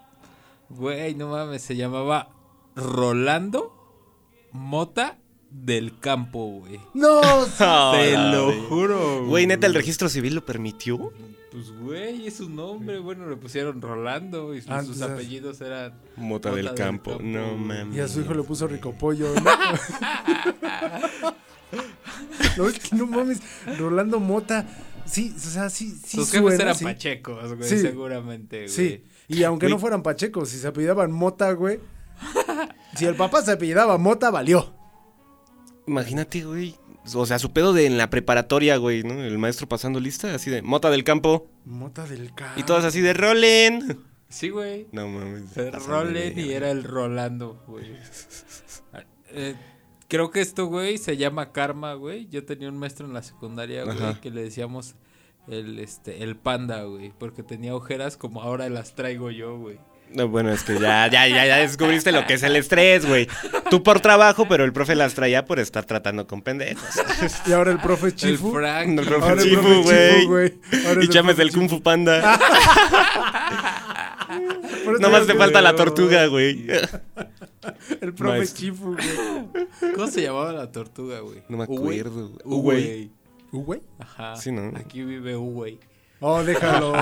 S3: Güey, no mames, se llamaba Rolando Mota del Campo, güey.
S2: No,
S3: Te
S4: Hola,
S3: lo
S4: güey.
S3: juro.
S4: Güey, neta, el registro civil lo permitió.
S3: Pues, güey, es su nombre. Bueno, le pusieron Rolando y sus,
S2: Ah,
S3: sus
S2: entonces-
S3: apellidos eran.
S4: Mota del campo. No mames.
S2: Y a su hijo le puso rico pollo. ¿no? No, es que no mames, Rolando Mota. Sí, o sea, sí, sí.
S3: Sus jefes
S2: suena,
S3: eran
S2: sí.
S3: pachecos, güey,
S2: Sí.
S3: seguramente, güey.
S2: Sí. Y aunque no
S4: Güey.
S2: fueran pachecos, si se apellidaban Mota, güey. Si el papá se apellidaba Mota, valió.
S4: Imagínate, güey. O sea, su pedo de en la preparatoria, güey, ¿no? El maestro pasando lista, así de Mota del campo.
S2: Mota del carro.
S4: Y todas así de Rolen.
S3: Sí, güey.
S4: No mames.
S3: Se
S4: Pásame
S3: Rolen
S4: de
S3: y
S4: verga.
S3: era el Rolando, güey. Eh, creo que esto, güey, se llama karma, güey. Yo tenía un maestro en la secundaria, güey,
S4: Ajá.
S3: que le decíamos el, este, el panda, güey, porque tenía ojeras como ahora las traigo yo, güey.
S4: No, bueno, es que ya, ya, ya, ya descubriste lo que es el estrés, güey. Tú por trabajo, pero el profe las traía por estar tratando con pendejos.
S2: Y ahora el profe
S3: El
S2: Chifu.
S3: Frank.
S4: No, el profe
S2: Ahora el
S4: Chifu,
S2: profe
S4: güey.
S2: Chifu, güey. Ahora
S4: Y
S2: es el
S4: chames
S2: profe
S4: del
S2: Chifu.
S4: Kung Fu Panda.
S2: Por eso digo
S4: Nomás te
S2: que-
S4: falta la tortuga, güey.
S2: El profe
S4: Maestro.
S2: Chifu, güey.
S3: ¿Cómo se llamaba la tortuga, güey?
S4: No me
S3: Uwey.
S4: acuerdo, güey.
S3: Uwey.
S4: Uwey.
S2: ¿Uh, güey?
S3: Ajá.
S4: Sí, ¿no?
S3: Aquí vive Uwey.
S2: Oh, déjalo.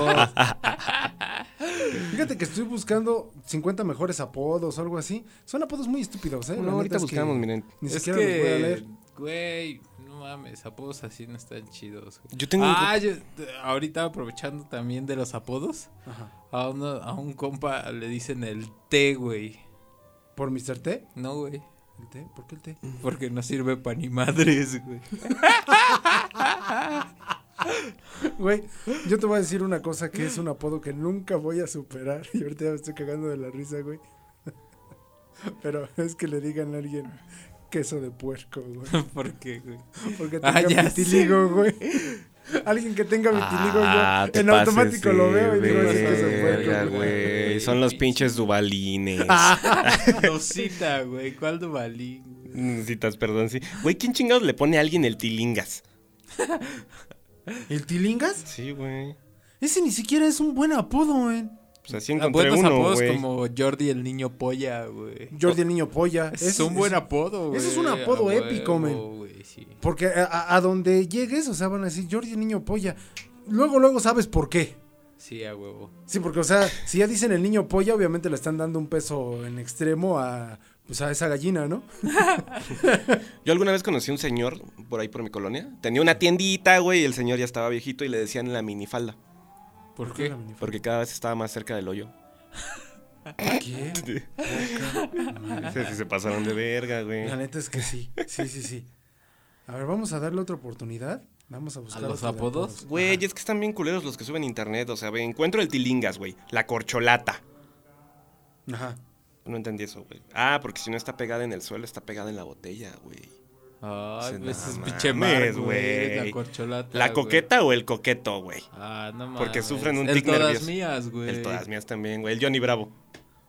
S2: Fíjate que estoy buscando 50 mejores apodos o algo así. Son apodos muy estúpidos, ¿eh? La
S4: No, ahorita
S2: neta es que
S4: buscamos, miren.
S2: Ni
S3: es
S2: siquiera los voy a leer.
S3: que, güey, no mames, apodos así no están chidos. güey.
S4: Yo tengo un
S3: Ah, yo- t- ahorita aprovechando también de los apodos, a, uno- a un compa le dicen el T, güey.
S2: ¿Por Mr. T?
S3: No, güey,
S2: ¿El T? ¿Por qué el T?
S3: porque no sirve pa' ni madres, güey.
S2: Güey, yo te voy a decir una cosa que es un apodo que nunca voy a superar. Y ahorita ya me estoy cagando de la risa, güey. Pero es que le digan a alguien queso de puerco, güey.
S3: ¿Por qué, güey?
S2: Porque
S3: Ah,
S2: tenga
S3: ya
S2: vitiligo, güey. Alguien que tenga vitiligo,
S4: Ah,
S2: yo
S4: te
S2: en
S4: pases
S2: automático lo
S4: de
S2: veo y digo, es queso de
S4: verga,
S2: puerco. güey".
S4: güey. Son los pinches dubalines.
S3: Rosita, güey, ¿cuál Duvalín? güey?
S4: Citas, perdón, sí. Güey, ¿quién chingados le pone a alguien el tilingas?
S2: ¿El tilingas?
S4: Sí, güey.
S2: Ese ni siquiera es un buen apodo, eh. güey.
S4: Pues así
S3: Ah,
S4: encontré
S3: Buenos
S4: uno,
S3: apodos
S4: güey.
S3: como Jordi el niño polla, güey.
S2: Jordi el niño polla.
S3: Es, un buen apodo, güey.
S2: ese es un apodo
S3: a
S2: épico,
S3: huevo,
S2: men.
S3: güey, sí.
S2: Porque a, a- a donde llegues, o sea, van a decir Jordi el niño polla. Luego, luego sabes por qué.
S3: Sí, a huevo.
S2: Sí, porque, o sea, si ya dicen el niño polla, obviamente le están dando un peso en extremo a, pues, a esa gallina, ¿no?
S4: Yo alguna vez conocí a un señor por ahí por mi colonia. Tenía una tiendita, güey, y el señor ya estaba viejito y le decían la minifalda.
S3: ¿Por qué?
S4: Porque cada vez estaba más cerca del hoyo.
S2: ¿Qué?
S4: Sí, se pasaron de verga, güey.
S2: La neta es que sí. Sí, sí, sí. A ver, vamos a darle otra oportunidad. Vamos a buscar
S3: los
S2: otro de
S3: apodos?
S4: Güey, es que están bien culeros los que suben a internet. O sea, ve, encuentro el tilingas, güey. La corcholata.
S2: Ajá.
S3: Ah,
S4: No entendí eso, güey. Ah, porque si no está pegada en el suelo, está pegada en la botella, güey.
S3: Ay,
S4: Dice,
S3: pues
S4: "No
S3: es pinche mar,
S4: mames,
S3: güey. eres La
S4: güey.
S3: corcholata.
S4: ¿La
S3: güey".
S4: coqueta o el coqueto, güey?
S3: Ah, no mames.
S4: Porque sufren un
S3: El
S4: tic
S3: todas
S4: nervioso.
S3: mías, güey.
S4: El todas mías también, güey. El Johnny Bravo.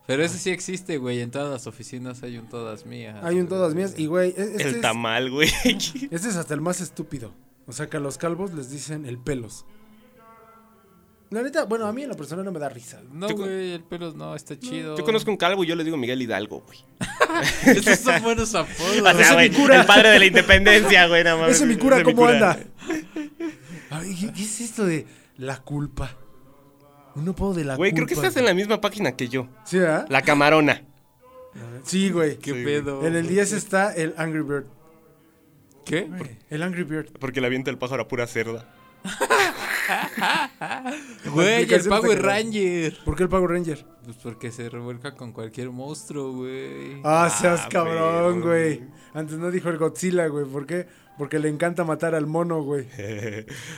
S3: Pero ese sí existe, güey. En todas las oficinas hay un todas mías.
S2: Hay un
S3: güey.
S2: todas mías. Y, güey, e- este,
S4: el
S2: es,
S4: tamal, güey.
S2: este es hasta el más estúpido. O sea, que a los calvos les dicen el pelos. La neta, bueno, a mí en lo personal no me da risa.
S3: No,
S4: Yo con-
S3: güey, el pelo no, está chido.
S4: Yo conozco un calvo y yo le digo Miguel Hidalgo, güey.
S3: Esos son buenos apodos.
S4: O sea, güey, el padre de la independencia, güey, nada más.
S2: Ese mi cura, ¿cómo anda? Ay, ¿qué, qué es esto de la culpa? Un apodo de la
S4: Güey, creo
S2: culpa.
S4: que estás en la misma página que yo.
S2: ¿Sí, ah?
S4: La camarona.
S2: Sí, güey.
S3: ¿Qué pedo?
S2: En el 10 está el Angry Bird.
S3: ¿Qué?
S2: El Angry Bird.
S4: Porque la avienta el pájaro a pura cerda.
S3: Güey, el
S2: explicación está
S3: Power
S2: cabrón.
S3: Ranger.
S2: ¿Por qué el Power Ranger?
S3: Pues porque se revuelca con cualquier monstruo, güey.
S2: Ah, seas
S4: Ah,
S2: cabrón,
S4: pero-
S2: güey. Antes no dijo el Godzilla, güey. ¿Por qué? Porque le encanta matar al mono, güey.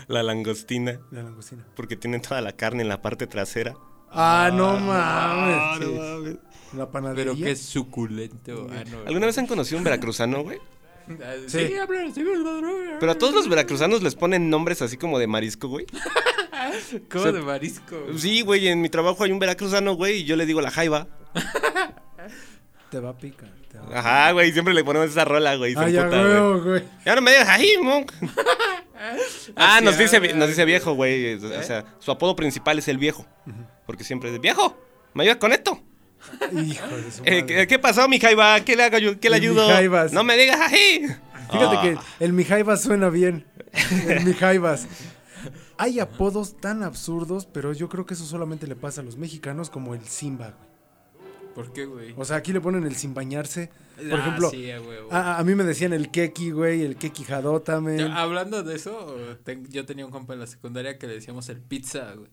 S4: la langostina.
S2: La langostina.
S4: Porque tiene toda la carne en la parte trasera.
S2: Ah, no Ah, mames.
S4: Ah, no
S2: Sí.
S4: mames.
S2: La panadería.
S3: Pero que es suculento. Ah, no.
S4: ¿Alguna vez han conocido un veracruzano, güey?
S3: Ah,
S2: Sí.
S3: Sí, hablan así.
S4: Pero a todos los veracruzanos les ponen nombres así como de marisco, güey.
S3: Como
S4: o sea,
S3: de marisco. güey.
S4: Sí, güey, en mi trabajo hay un veracruzano, güey, y yo le digo la jaiba.
S2: Te va a picar. Te va a...
S4: Ajá, güey, siempre le ponemos esa rola, güey. y se
S2: Ay, ya,
S4: emputa, güey.
S2: güey, güey.
S4: Ya no me digas ahí, monk. ah,
S3: Así
S4: nos dice,
S3: habla,
S4: nos dice viejo,
S2: ¿Eh?
S4: güey. O sea, su apodo principal es el viejo. Porque siempre es viejo. ¿Me ayudas con esto?
S2: Hijo de su
S4: Eh,
S2: madre.
S4: ¿qué, qué pasó, mi jaiba? ¿Qué le, hago yo? ¿Qué le
S2: Mi
S4: ayudo?
S2: jaibas.
S4: No me digas así.
S2: Fíjate
S4: Ah.
S2: que el Mijaibas suena bien. El Mijaibas. Hay apodos tan absurdos, pero yo creo que eso solamente le pasa a los mexicanos, como el Simba. güey.
S3: ¿Por qué, güey?
S2: O sea, aquí le ponen el sin bañarse. Por
S3: Ah,
S2: ejemplo,
S3: sí, a huevo.
S2: a, a mí me decían el Keki, güey, el Keki Jadotame.
S3: Yo- hablando de eso, te- yo tenía un compa en la secundaria que le decíamos el pizza, güey.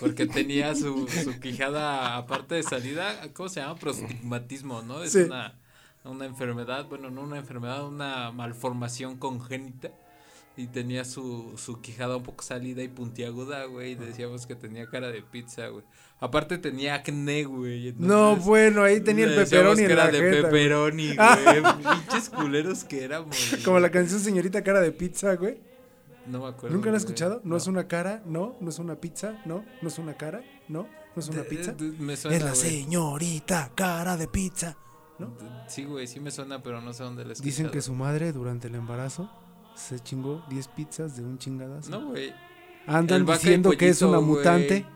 S3: Porque tenía su, su quijada, aparte de salida, ¿cómo se llama? Prostigmatismo, ¿no? Es
S2: Sí.
S3: una, una enfermedad, bueno, no una enfermedad, una malformación congénita. Y tenía su, su quijada un poco salida y puntiaguda, güey. Y decíamos que tenía cara de pizza, güey. Aparte tenía acné, güey.
S2: No,
S3: entonces-
S2: bueno, ahí tenía el
S3: le pues decíamos
S2: peperoni
S3: que
S2: en
S3: era
S2: la
S3: de
S2: jeta, güey.
S3: pepperoni, güey. Pinches culeros que éramos. güey.
S2: Como la canción Señorita Cara de Pizza, güey.
S3: No me acuerdo.
S2: ¿Nunca la
S3: güey.
S2: has escuchado? No, es una cara, no, no es una pizza, no, no es una cara, no, no es una
S3: Eh,
S2: pizza.
S3: eh, Me suena,
S2: Es la
S3: güey.
S2: señorita cara de pizza.
S3: Sí, güey, sí me suena, pero no sé dónde la he
S2: Dicen que
S3: escuchado.
S2: su madre durante el embarazo se chingó 10 pizzas de un chingadazo.
S3: No, güey. El
S2: Andan
S3: vaca y
S2: diciendo que es
S3: pollito,
S2: una
S3: güey.
S2: mutante.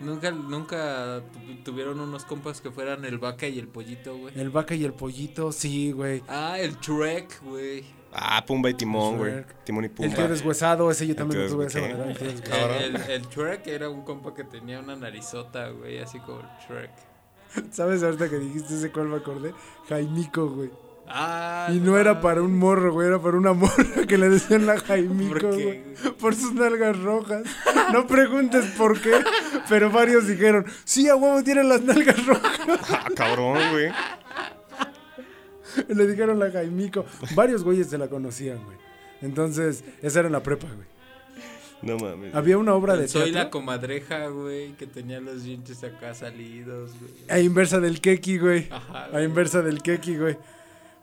S3: Nunca, nunca tu- tuvieron unos compas que fueran el vaca y el pollito, güey.
S2: El vaca y el pollito, sí, güey.
S3: Ah, el Trek, güey.
S4: Ah, Pumba y Timón, güey.
S2: Shrek.
S4: Timón y
S2: El tío
S4: Pumba.
S2: deshuesado, ese yo también lo
S4: Entonces,
S2: tuve, esa
S4: ¿qué?
S2: verdad. el tío deshuesado.
S4: Cabrón.
S3: El, el Trek era un compa que tenía una narizota, güey, así como el Trek.
S2: ¿Sabes ahorita que dijiste ese cuál me acordé? Jaimico, güey.
S3: Ah,
S2: Y no era para un
S3: mames.
S2: morro, güey, era para una morra que le decían la Jaimico,
S3: ¿Por qué,
S2: güey.
S3: güey?
S2: Por sus nalgas rojas. No preguntes por qué, pero varios dijeron, sí, a huevo tiene las nalgas rojas.
S4: Ah, cabrón, güey.
S2: Le dijeron la Jaimico. Varios güeyes se la conocían, güey. Entonces, esa era en la prepa, güey.
S4: No mames.
S2: Había una obra de
S3: Soy la
S2: teatro
S3: comadreja, güey, que tenía los dientes acá salidos, güey.
S2: a inversa del Keki, güey.
S3: Ajá,
S2: A inversa del Keki, güey.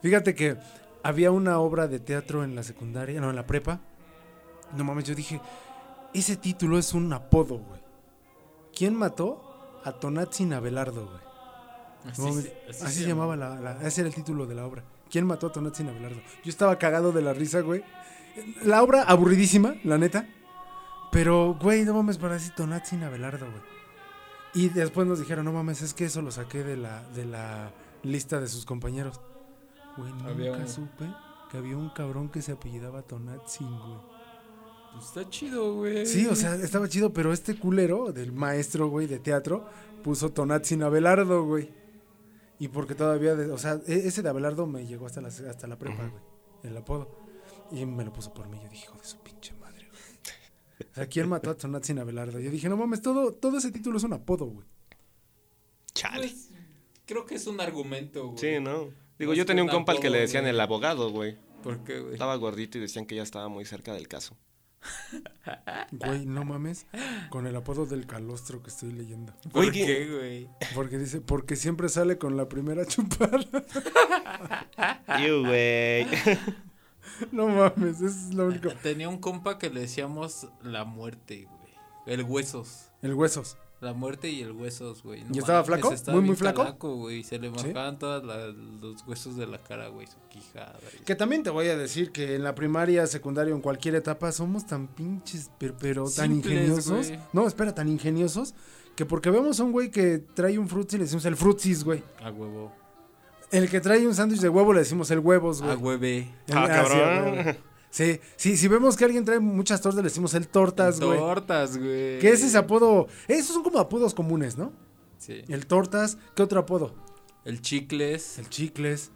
S2: Fíjate que había una obra de teatro en la secundaria, no, en la prepa. No mames, yo dije, ese título es un apodo, güey. ¿Quién mató a Tonatzin Abelardo, güey?
S3: Así,
S2: No mames,
S3: se- así
S2: así,
S3: se
S2: se llamaba la, la- Ese era el título de la obra. ¿Quién mató a Tonatzin Abelardo? Yo estaba cagado de la risa, güey. La obra aburridísima, la neta. Pero, güey, no mames, para decir Tonatzin Abelardo, güey. Y después nos dijeron, no mames, es que eso lo saqué de la, de la lista de sus compañeros. Güey, nunca
S3: Había uno.
S2: supe que había un cabrón que se apellidaba Tonatzin, güey.
S3: Pues Está chido, güey.
S2: Sí, o sea, estaba chido, pero este culero del maestro, güey, de teatro, puso Tonatzin Abelardo, güey. Y porque todavía, de- o sea, e- ese de Abelardo me llegó hasta la, hasta la prepa, güey, el apodo. Y me lo puso por mí, yo dije, hijo de su pinche madre, güey. O sea, ¿quién mató a Tonatzin Abelardo? Yo dije, no mames, todo, todo ese título es un apodo, güey.
S4: Chale.
S3: Pues, creo que es un argumento, güey.
S4: Sí, ¿no? Digo,
S3: Es
S4: yo
S3: que
S4: tenía un compa al que le
S3: tampoco,
S4: decían
S3: güey.
S4: el abogado, güey.
S3: ¿Por qué, güey?
S4: Estaba gordito y decían que ya estaba muy cerca del caso.
S2: Güey, no mames, con el apodo del calostro que estoy leyendo.
S3: ¿Por
S4: Oye,
S3: qué, güey?
S2: Porque dice, porque siempre sale con la primera chupada.
S3: Ah.
S4: Iu, güey.
S2: No mames, eso es lo único.
S3: Tenía un compa que le decíamos la muerte, güey. El huesos.
S2: El huesos.
S3: La muerte y el huesos, güey.
S2: ¿Y estaba
S3: mames,
S2: flaco? ¿Muy, muy
S3: bien
S2: flaco?
S3: calaco, güey. Se le
S2: ¿Sí?
S3: marcaban todos los huesos de la cara, güey. Su quijada. y-
S2: Que también te voy a decir que en la primaria, secundaria, o en cualquier etapa, somos tan pinches, pero, pero tan
S3: Simples,
S2: ingeniosos.
S3: güey.
S2: No, espera, tan ingeniosos. Que porque vemos a un güey que trae un frutzi, le decimos el frutsis, güey.
S3: A huevo.
S2: El que trae un sándwich de huevo, le decimos el huevos,
S3: A
S2: güey.
S3: hueve.
S2: El-
S4: Ah,
S2: ah, sí, a
S4: cabrón.
S2: huevo. Sí, sí, si vemos que alguien trae muchas tortas, le decimos el tortas, güey.
S3: Tortas, güey.
S2: Que ese es apodo. Esos son como apodos comunes, ¿no?
S3: Sí.
S2: El tortas, ¿qué otro apodo?
S3: El chicles.
S2: El chicles,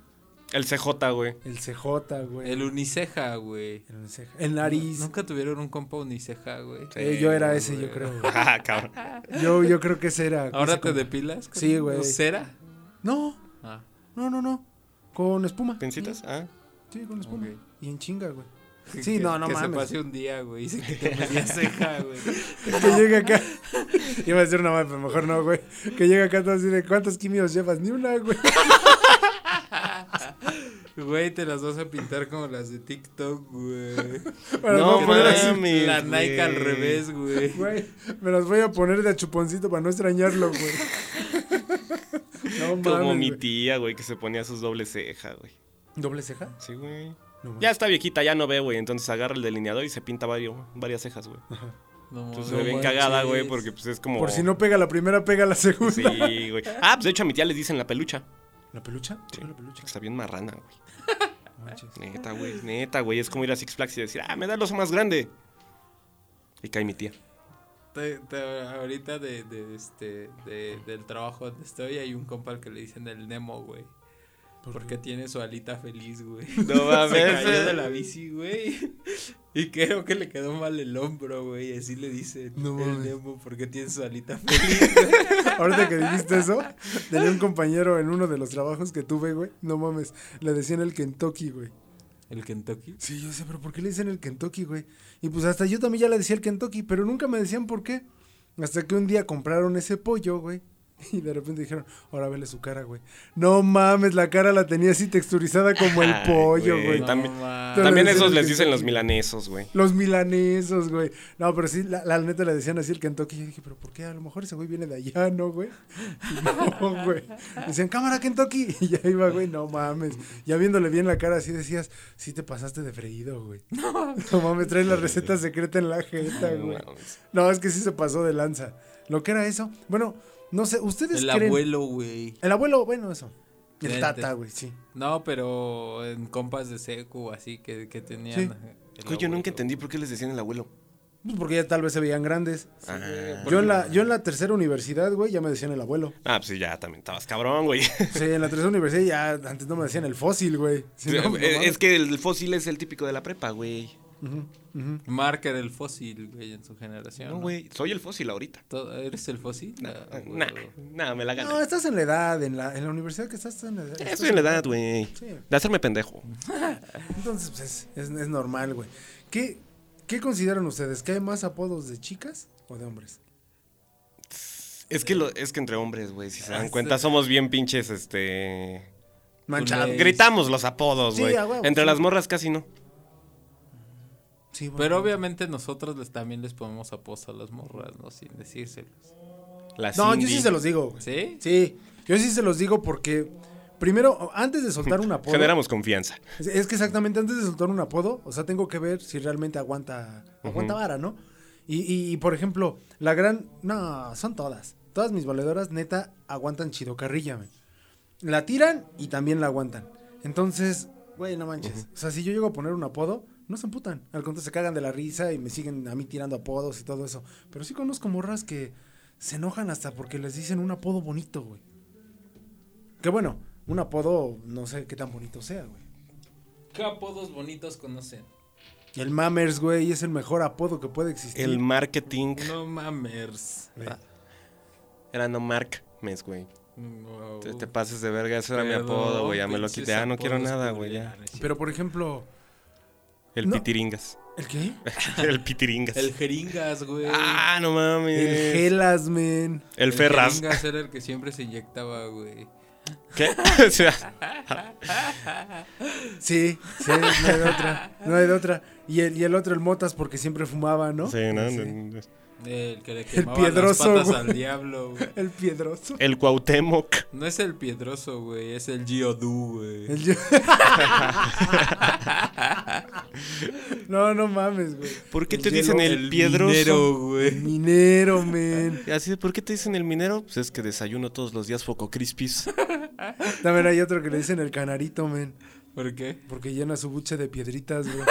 S4: El CJ, güey.
S2: el CJ, güey.
S3: El uniceja, güey.
S2: el ceja- el nariz.
S3: Nunca tuvieron un compa uniceja, güey.
S2: Eh, yo era
S4: Sí,
S2: ese,
S4: güey.
S2: yo creo, güey.
S4: Ah, cabrón.
S2: Yo, yo creo que ese era.
S3: ¿Ahora
S2: ese
S3: te
S2: compa.
S3: depilas? con
S2: Sí, güey.
S3: ¿Cera?
S2: No,
S3: Ah,
S2: no, no, no. Con espuma.
S4: ¿Pincitas? Ah.
S2: Sí, con espuma.
S3: Ok.
S2: Y en chinga, güey.
S3: que-
S2: Sí,
S3: que-
S2: no, no
S3: que se
S2: mames.
S3: pase un día, güey. Dice que te metía ceja, güey.
S2: Que llegue acá. Iba a decir una madre, pero mejor no, güey. Que llegue acá todo así de cuántos quimios llevas, ni una, güey.
S3: Güey, te las vas a pintar como las de TikTok, güey.
S2: Pero
S4: No,
S2: voy a poner así,
S4: mames,
S3: La Nike
S4: güey.
S3: al revés, güey.
S2: güey. Me las voy a poner de chuponcito para no extrañarlo, güey. No mames.
S4: Como mi
S2: güey.
S4: tía, güey, que se ponía sus dobles ceja, güey.
S2: ¿Doble ceja?
S4: Sí, güey.
S2: No mames.
S4: Ya está viejita, ya no ve, güey. Entonces agarra el delineador y se pinta vario- varias cejas, güey.
S3: No
S4: Entonces
S3: mames.
S4: se ve bien
S2: manches.
S4: cagada, güey, porque pues es como.
S2: Por si no pega la primera, pega la segunda.
S4: Sí, güey. Ah, pues de hecho a mi tía le dicen la pelucha.
S2: ¿La pelucha?
S4: Sí.
S2: ¿La pelucha?
S4: Está bien marrana, güey.
S2: No manches.
S4: Neta, güey, neta, güey. Es como ir a Six Flags y decir, ah, me da el oso más grande. Y cae mi tía.
S3: Te- te- ahorita de, de este, de- del trabajo donde estoy hay un compa al que le dicen el Nemo, güey. Porque tiene su alita feliz, güey.
S4: Pues No mames.
S3: Se cayó de la bici, güey. Y creo que le quedó mal el hombro, güey. Y así le dicen
S2: No
S3: el
S2: mames.
S3: Nemo porque tiene su alita feliz. güey.
S2: Ahorita que dijiste eso, tenía un compañero en uno de los trabajos que tuve, güey. No mames, le decían el Kentucky, güey.
S3: ¿El Kentucky?
S2: Sí, yo sé, pero ¿por qué le dicen el Kentucky, güey? Y pues hasta yo también ya le decía el Kentucky, pero nunca me decían por qué. Hasta que un día compraron ese pollo, güey. Y de repente dijeron, ahora vele su cara, güey. No mames, la cara la tenía así texturizada como el
S4: Ay,
S2: pollo,
S4: güey,
S2: güey.
S3: No
S4: también-
S3: mames.
S2: Pero
S4: También
S2: le decían
S4: esos
S2: el
S4: les dicen
S2: Kentucky.
S4: los milanesos, güey.
S2: Los milanesos, güey. No, pero sí, la, la neta le decían así el Kentucky. Yo dije, pero ¿por qué? A lo mejor ese güey viene de allá, ¿no, güey? Y No, güey. Decían, cámara, Kentucky. Y ya iba, güey, no mames. Ya viéndole bien la cara así decías, sí te pasaste de freído, güey. No. mames, traes la receta secreta en la jeta,
S4: No
S2: güey.
S4: mames.
S2: No, es que sí se pasó de lanza. Lo que era eso. Bueno, no sé, ¿ustedes
S3: El
S2: creen?
S3: abuelo, güey.
S2: El abuelo, bueno, eso. El
S3: Lente.
S2: tata, güey, sí.
S3: No, pero en compas de secu, así que, que tenían. eh,
S2: Sí.
S3: el
S4: Güey, yo nunca
S3: abuelo.
S4: entendí por qué les decían el abuelo.
S2: Pues porque ya tal vez se veían grandes.
S4: ah,
S2: Yo en, la, yo en la tercera universidad, güey, ya me decían el abuelo.
S4: ah, pues sí, ya también estabas cabrón, güey.
S2: Sí, en la tercera universidad ya antes no me decían el fósil, güey. Si no, no
S4: Eh, es,
S2: mames.
S4: es que el fósil es el típico de la prepa, güey.
S2: Ujú, ujú.
S3: Marker el fósil, güey, en su generación.
S4: No, güey, soy el fósil ahorita.
S3: ¿Todo- ¿Eres el fósil? Ah,
S4: Nah,
S3: güey.
S4: nah, me la
S2: No,
S4: gané.
S2: estás en la edad, en la, en la universidad que estás en la edad.
S4: Estoy en la edad, güey.
S2: Sí.
S4: De hacerme pendejo.
S2: Entonces, pues es, es, es normal, güey. ¿Qué, ¿Qué consideran ustedes? ¿Que hay más apodos de chicas o de hombres?
S4: Es que, lo, es que entre hombres, güey, si se dan
S3: Ah,
S4: cuenta,
S3: sí.
S4: somos bien pinches, este...
S3: Pues
S2: Manchado.
S3: Culé.
S4: Gritamos los apodos,
S2: Sí,
S4: güey.
S2: a huevo,
S4: entre
S2: sí.
S4: las morras casi no.
S2: Sí, bueno.
S3: Pero obviamente nosotros les, también les ponemos apodos a las morras, ¿no? Sin decírselos.
S4: Las
S2: No, yo
S4: indie.
S2: sí se los digo, güey.
S3: ¿Sí?
S2: Sí, yo sí se los digo porque, primero, antes de soltar un apodo.
S4: Generamos confianza.
S2: Es- Es que exactamente antes de soltar un apodo, o sea, tengo que ver si realmente aguanta, aguanta vara, ¿no? Y, y, y, por ejemplo, la gran. No, son todas. Todas mis valedoras, neta, aguantan chido carrilla, men. La tiran y también la aguantan. Entonces, güey, no manches. O sea, si yo llego a poner un apodo, no se emputan. Al contrario, se cagan de la risa y me siguen a mí tirando apodos y todo eso. Pero sí conozco morras que se enojan hasta porque les dicen un apodo bonito, güey. Que bueno, un apodo, no sé qué tan bonito sea, güey.
S3: ¿Qué apodos bonitos conocen?
S2: El Mammers, güey, es el mejor apodo que puede existir.
S4: El marketing
S3: No mamers.
S2: Güey.
S4: era no Mark mes, güey.
S2: Oh.
S3: No.
S4: Te, te pases de verga, eso era mi
S3: Perdón,
S4: apodo, güey. Ya me lo
S3: pinches
S4: quité. Ah, no quiero
S3: apodos
S4: nada, güey. ya.
S3: culeros.
S2: Pero por ejemplo,
S4: El
S2: No.
S4: pitiringas.
S2: ¿el qué?
S4: el pitiringas.
S3: El jeringas, güey.
S4: Ah, no mames.
S2: El Gelas, men.
S4: El ferras.
S3: jeringas era el que siempre se inyectaba, güey.
S4: ¿Qué? O sea,
S2: Sí, sí, no hay de otra. No hay de otra. Y el, y el otro, el Motas, porque siempre fumaba, ¿no?
S4: sí, ¿no?
S2: Sí.
S3: El que le quemaba
S2: piedroso,
S3: las patas
S2: güey.
S3: al diablo, güey.
S2: El piedroso.
S4: El Cuauhtémoc.
S3: No es el piedroso, güey, es el Giodú, güey.
S2: El yo- no, no mames, güey.
S4: ¿Por qué
S2: El
S4: te dicen
S2: hielo,
S4: el piedroso?
S3: minero,
S2: El
S3: güey.
S2: minero, men.
S4: Así de, ¿por qué te dicen el minero? Pues es que desayuno todos los días Foco Crispis.
S2: También hay otro que le dicen el canarito, men.
S3: ¿Por qué?
S2: Porque llena su buche de piedritas, güey.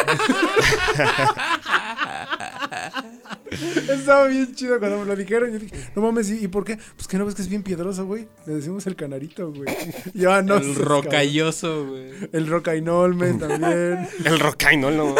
S2: Estaba bien chido cuando me lo dijeron. Yo dije, no mames, ¿y, y por qué? Pues que no ves que es bien piedroso, güey. Le decimos el canarito, güey. Ya no.
S3: el
S2: seas
S3: rocalloso, güey.
S2: cabrón. El rocainolmen también.
S4: El rocaino, no.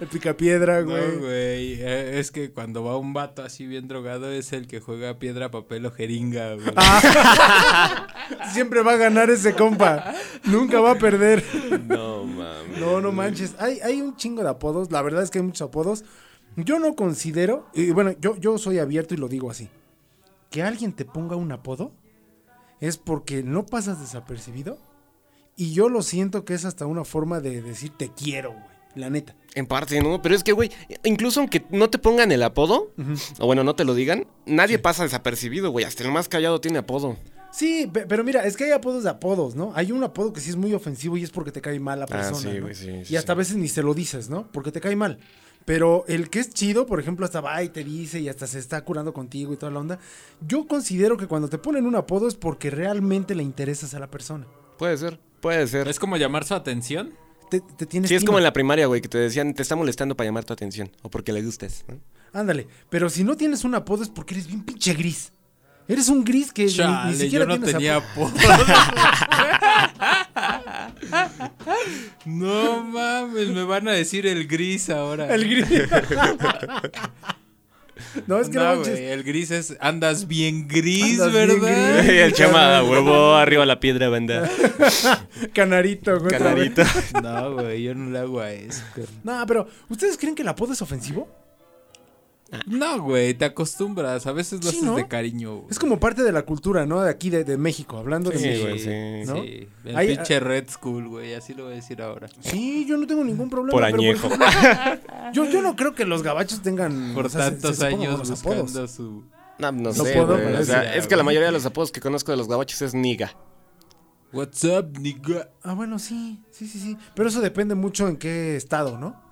S2: El picapiedra,
S3: No,
S2: Ah, güey.
S3: güey. eh, Es que cuando va un vato así bien drogado es el que juega piedra, papel o jeringa, güey.
S2: Ah, Siempre va a ganar ese compa. Nunca va a perder.
S4: No mames.
S2: No, no manches. Hay, hay un chingo de apodos. La verdad es que hay muchos apodos. Yo no considero, y bueno, yo, yo soy abierto y lo digo así. Que alguien te ponga un apodo es porque no pasas desapercibido. Y yo lo siento que es hasta una forma de decir te quiero, güey. La neta.
S4: En parte, ¿no? Pero es que, güey, incluso aunque no te pongan el apodo, o bueno, no te lo digan, nadie pasa desapercibido, güey. Hasta el más callado tiene apodo.
S2: Sí, pe- pero mira, es que hay apodos de apodos, ¿no? Hay un apodo que sí es muy ofensivo y es porque te cae mal la persona.
S4: Ah, sí,
S2: ¿no?
S4: güey, sí, sí,
S2: y hasta a
S4: sí.
S2: veces ni se lo dices, ¿no? Porque te cae mal. Pero el que es chido, por ejemplo, hasta va y te dice y hasta se está curando contigo y toda la onda. Yo considero que cuando te ponen un apodo es porque realmente le interesas a la persona.
S4: Puede ser, puede ser.
S3: Es como llamar su atención.
S2: Te, te tienes
S4: Sí, es como en la primaria, güey, que te decían, te está molestando para llamar tu atención o porque le gustes. ¿no?
S2: Ándale, pero si no tienes un apodo es porque eres bien pinche gris. Eres un gris que ni- ni,
S3: Chale, yo
S2: siquiera
S3: no
S2: tienes
S3: tenía
S2: apodo.
S3: apodo. no mames, me van a decir el gris ahora.
S2: El gris. no, es que no
S3: No,
S2: manches.
S3: güey, el gris es. Andas bien gris,
S2: Andas bien
S3: ¿verdad?
S2: gris.
S4: el chama, huevo, arriba la piedra, banda.
S2: Canarito, güey. otra vez.
S4: Canarito.
S3: No, güey, yo no le hago a eso. carnal.
S2: No, pero ¿ustedes creen que el apodo es ofensivo?
S3: No, güey, te acostumbras. A veces lo
S2: Sí,
S3: haces
S2: ¿no?
S3: de cariño. güey.
S2: Es como parte de la cultura, ¿no? De aquí, de, de México, hablando de
S4: Sí,
S2: México.
S4: güey, sí.
S2: ¿no?
S3: sí. El
S2: Hay-
S3: pinche Red School, güey, así lo voy a decir ahora.
S2: Sí, yo no tengo ningún problema.
S4: Por
S2: pero,
S4: añejo.
S2: ejemplo, yo, yo no creo que los gabachos tengan...
S3: Por
S2: Mm, o sea, se-
S3: tantos
S2: se supongan
S3: años
S2: los apodos.
S3: buscando su.
S4: No, no
S2: No
S4: sé,
S2: puedo,
S4: güey,
S2: pero
S4: o sea,
S3: sí,
S4: es
S3: güey.
S4: que la mayoría de los apodos que conozco de los gabachos es niga.
S3: What's up, nigga?
S2: Ah, bueno, sí, sí, sí, sí. Pero eso depende mucho en qué estado, ¿no?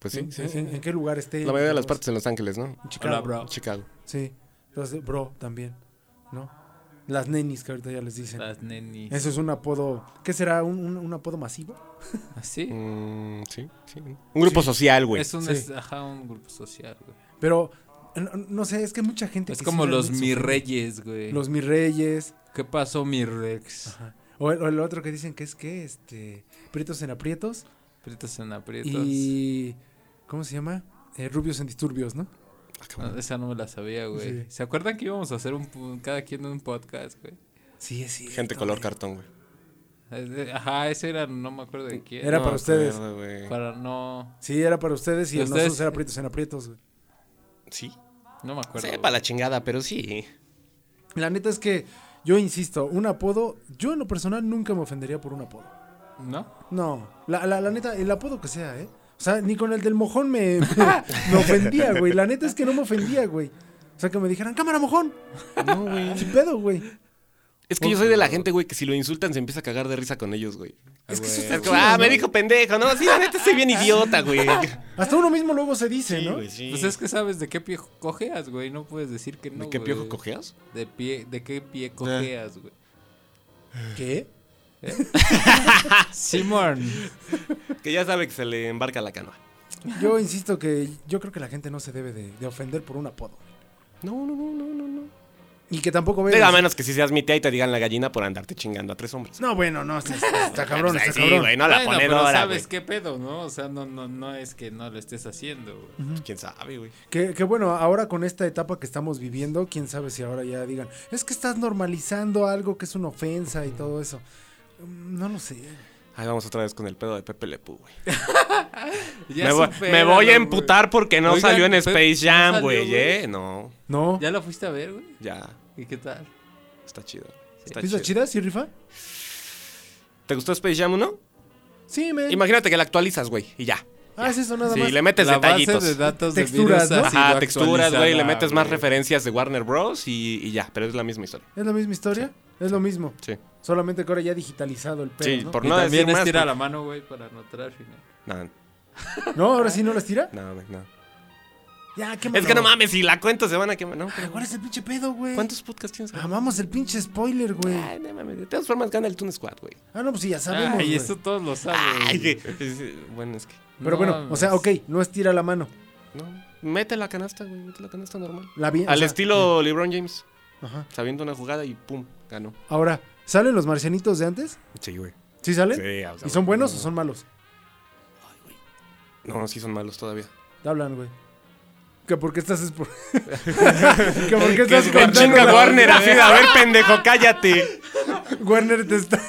S4: Pues sí, sí,
S2: En-
S4: sí.
S2: En, en qué lugar esté.
S4: La mayoría de las
S2: digamos,
S4: partes en Los Ángeles, ¿no?
S2: en Chicago.
S3: Hola, bro.
S4: Chicago.
S2: Sí. Entonces, bro también, ¿no? Las nenis que ahorita ya les dicen.
S3: Las nenis.
S2: Eso es un apodo... ¿Qué será? ¿Un, un- un apodo masivo?
S3: Así.
S4: Mm, sí, sí. Un grupo social, güey.
S3: Es un,
S2: sí.
S3: es- ajá, un grupo social, güey.
S2: Pero, no, no sé, es que hay mucha gente...
S3: Es
S2: que sí
S3: como los
S2: realmente
S3: mi
S2: se ofende.
S3: reyes, güey.
S2: Los mi reyes.
S3: ¿Qué pasó, mi rex?
S2: Ajá. O el, o el otro que dicen que es que, este, prietos en aprietos
S3: Aprietos en aprietos.
S2: y, ¿cómo se llama? Eh, rubios en disturbios, ¿no?
S4: Ah,
S3: No,
S4: cabrón.
S3: esa no me la sabía, güey.
S2: Sí.
S3: ¿Se acuerdan que íbamos a hacer un, pu- cada quien un podcast, güey?
S2: Sí, sí.
S4: Gente color cartón, güey.
S3: Es de- Ajá, ese era, no me acuerdo de quién.
S2: Era para ustedes.
S4: claro, Ah, güey.
S3: Para no,
S2: Sí, era para ustedes y
S3: ¿Y
S2: el
S3: ustedes?
S2: nosotros era prietos en aprietos. güey.
S4: Sí.
S3: no me acuerdo.
S4: Sepa
S3: güey.
S4: la chingada, pero sí.
S2: La neta es que, yo insisto, un apodo, yo en lo personal nunca me ofendería por un apodo.
S3: ¿No?
S2: No, la, la, la neta, el apodo que sea, ¿eh? O sea, ni con el del mojón me, me, me ofendía, güey. La neta es que no me ofendía, güey. O sea, que me dijeran, cámara mojón. No, güey. Sin pedo, güey.
S4: Es que yo soy de la gente, güey, que si lo insultan se empieza a cagar de risa con ellos, güey.
S2: Es que
S3: güey.
S2: eso está
S4: Es
S2: chido,
S4: como, ah, me
S2: ¿no?
S4: dijo pendejo, ¿no? Sí, la neta soy bien idiota, güey.
S2: Hasta uno mismo luego se dice,
S4: Sí,
S2: ¿no?
S4: güey, sí.
S3: Pues es que sabes de qué pie cojeas, güey. No puedes decir que no.
S4: ¿De qué
S3: güey.
S4: piojo cojeas?
S3: De, pie, de qué pie cojeas, güey.
S2: ¿Qué?
S3: Simón.
S4: Que ya sabe que se le embarca la canoa.
S2: Yo insisto que yo creo que la gente no se debe de, de ofender por un apodo.
S4: No, no, no, no, no, no.
S2: Y que tampoco
S4: Digo,
S2: vean.
S4: a menos que si seas mi tía y te digan la gallina por andarte chingando a tres hombres.
S2: No, bueno, no, está, está Ah, cabrón,
S4: Pues ahí
S2: está
S4: sí,
S2: cabrón.
S4: güey, no la
S3: Bueno,
S4: ponen
S3: pero
S4: ahora,
S3: sabes
S4: güey.
S3: qué pedo, ¿no? O sea, no, no, no es que no lo estés haciendo, güey.
S4: ¿Quién sabe, güey?
S2: Que, que bueno, ahora con esta etapa que estamos viviendo, quién sabe si ahora ya digan, es que estás normalizando algo que es una ofensa y todo eso. Mm, No lo sé.
S4: Ahí vamos otra vez con el pedo de Pepe Lepú, güey.
S3: Ya
S4: Me voy, me
S3: supéralo,
S4: voy a
S3: güey.
S4: emputar porque no
S3: Oigan,
S4: salió en
S3: Pepe-
S4: Space Jam,
S3: no salió,
S4: güey,
S3: güey.
S4: ¿eh? No,
S2: No.
S3: ¿Ya la fuiste a ver, güey?
S4: ya,
S3: ¿Y qué tal?
S4: está chido. Está
S2: ¿Pista
S4: chido.
S2: chida? ¿Sí, Rifa?
S4: ¿Te gustó Space Jam 1?
S2: Sí, me.
S4: Imagínate que la actualizas, güey, y ya.
S2: Haces eso nada
S4: Si
S2: más.
S4: le metes
S3: la
S4: detallitos.
S3: base de datos
S2: Texturas,
S3: de virus
S2: ¿no?
S3: ha sido
S4: Ajá, texturas, güey, le
S3: actualizada,
S4: metes más
S3: güey.
S4: referencias de Warner Bros. Y, y ya, pero es la misma historia.
S2: ¿Es la misma historia? Es lo mismo.
S4: Sí.
S2: Solamente que ahora ya digitalizado el pedo.
S4: Sí,
S2: ¿no?
S4: por
S3: Y
S4: no
S3: también
S4: decir más.
S3: estira
S4: güey.
S3: la mano, güey, para anotar al final.
S4: No,
S2: ¿No? ¿Ahora sí no las tira?
S4: no, güey, no.
S2: Ya, qué
S4: Es que no mames, si la cuento se van a quemar, ¿no? pero-
S2: ¿Cuál es el pinche pedo, güey?
S4: ¿Cuántos podcasts tienes? güey?
S2: Amamos el pinche spoiler, güey.
S4: Ay, no mames. De todas formas, gana el Toon Squad, güey.
S2: Ah, no, pues sí, ya sabemos.
S3: Ay,
S2: güey.
S3: esto todos lo saben.
S4: Ay,
S3: güey.
S4: que- Bueno, es que.
S2: Pero bueno, o sea,
S3: mames.
S2: ok, no estira la mano.
S4: No. Mete la canasta, güey. Mete la canasta normal.
S2: La vi- o
S4: Al
S2: sea,
S4: estilo LeBron James.
S2: Ajá.
S4: Sabiendo una jugada y pum, ganó.
S2: Ahora, ¿salen los marcianitos de antes?
S4: Sí, güey.
S2: ¿Sí salen? ¿Y son buenos o son malos?
S4: No, sí son malos todavía.
S2: Te hablan, güey. ¿Que por qué estás... espo- ¿Que por qué estás
S4: En
S2: contando
S4: chinga
S2: la-
S4: Warner, así de, a ver, pendejo, cállate.
S2: Warner te está...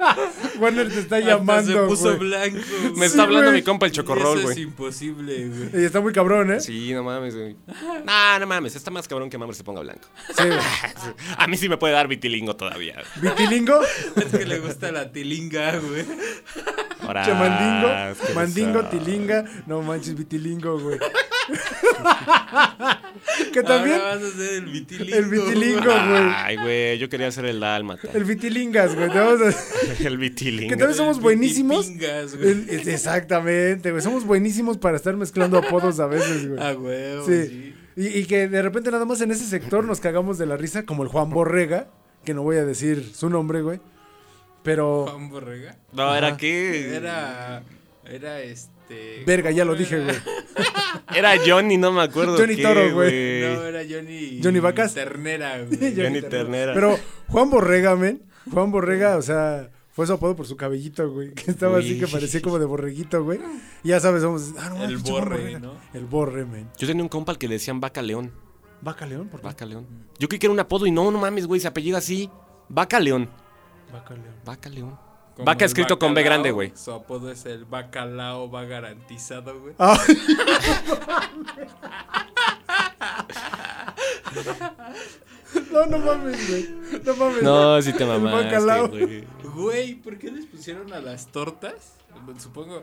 S2: Warner te está
S3: Hasta
S2: llamando,
S3: se puso
S2: güey.
S3: blanco.
S4: Me
S3: güey.
S4: está hablando
S2: güey.
S4: mi compa el chocorrol,
S3: Eso es
S4: güey.
S3: imposible, güey.
S2: Y está muy cabrón, ¿eh? Sí,
S4: Sí, no mames, güey. No, no mames, está más cabrón que mames se ponga blanco.
S2: güey.
S4: A mí sí me puede dar vitilingo todavía.
S2: ¿Vitilingo?
S3: Es que le gusta la tilinga, güey.
S4: Ahora,
S2: Che, mandingo.
S4: ¿qué
S3: Ah,
S2: Mandingo,
S4: pasó?
S2: tilinga. No manches, vitilingo, güey. Que también.
S3: Ahora vas a hacer el vitilingo.
S2: El vitilingo, güey.
S4: Ay, güey, yo quería ser el dálmata.
S2: El vitilingas, güey. te vamos a-
S4: El
S2: Que
S4: vitilingo.
S2: también somos buenísimos.
S3: Vitipingas, güey.
S2: El- es- exactamente, güey. Somos buenísimos para estar mezclando apodos a veces, güey.
S3: Ah, güey.
S2: Sí.
S3: sí.
S2: Y, y que de repente nada más en ese sector nos cagamos de la risa, como el Juan Borrega, que no voy a decir su nombre, güey. Pero,
S3: Juan Borrega.
S4: No, era que.
S3: Era. Era este.
S2: verga, ya lo
S3: ¿cómo
S2: dije,
S3: era?
S2: güey.
S4: Era Johnny, no me acuerdo.
S2: Johnny
S4: qué,
S2: Toro, güey.
S3: No, era Johnny.
S2: Johnny Vacas.
S3: Ternera, güey.
S2: Yo-
S4: Johnny Ternera.
S2: Pero Juan Borrega, men. Juan Borrega, o sea, fue su apodo por su cabellito, güey. Que estaba así que
S4: Uy.
S2: parecía como de borreguito, güey. Y ya sabes, somos. ah, no,
S3: El
S2: pinche Juan
S3: borre,
S2: Borrega.
S3: ¿no?
S2: El borre, men.
S4: Yo tenía un compa al que le decían Vaca León.
S2: Vaca León, ¿por qué?
S4: Vaca León. Yo creí que era un apodo y no, no mames, güey, se apellida así. Vaca León.
S2: Vaca León.
S4: Vaca León.
S3: Como
S4: Vaca
S3: el
S4: escrito con B
S3: bacalao,
S4: grande, güey.
S3: Su apodo es el bacalao, va garantizado, güey.
S2: Ah, no, no mames, güey. No mames.
S4: No, sí te mamaste,
S2: bacalao.
S4: güey.
S3: Güey, ¿por qué les pusieron a las tortas? Supongo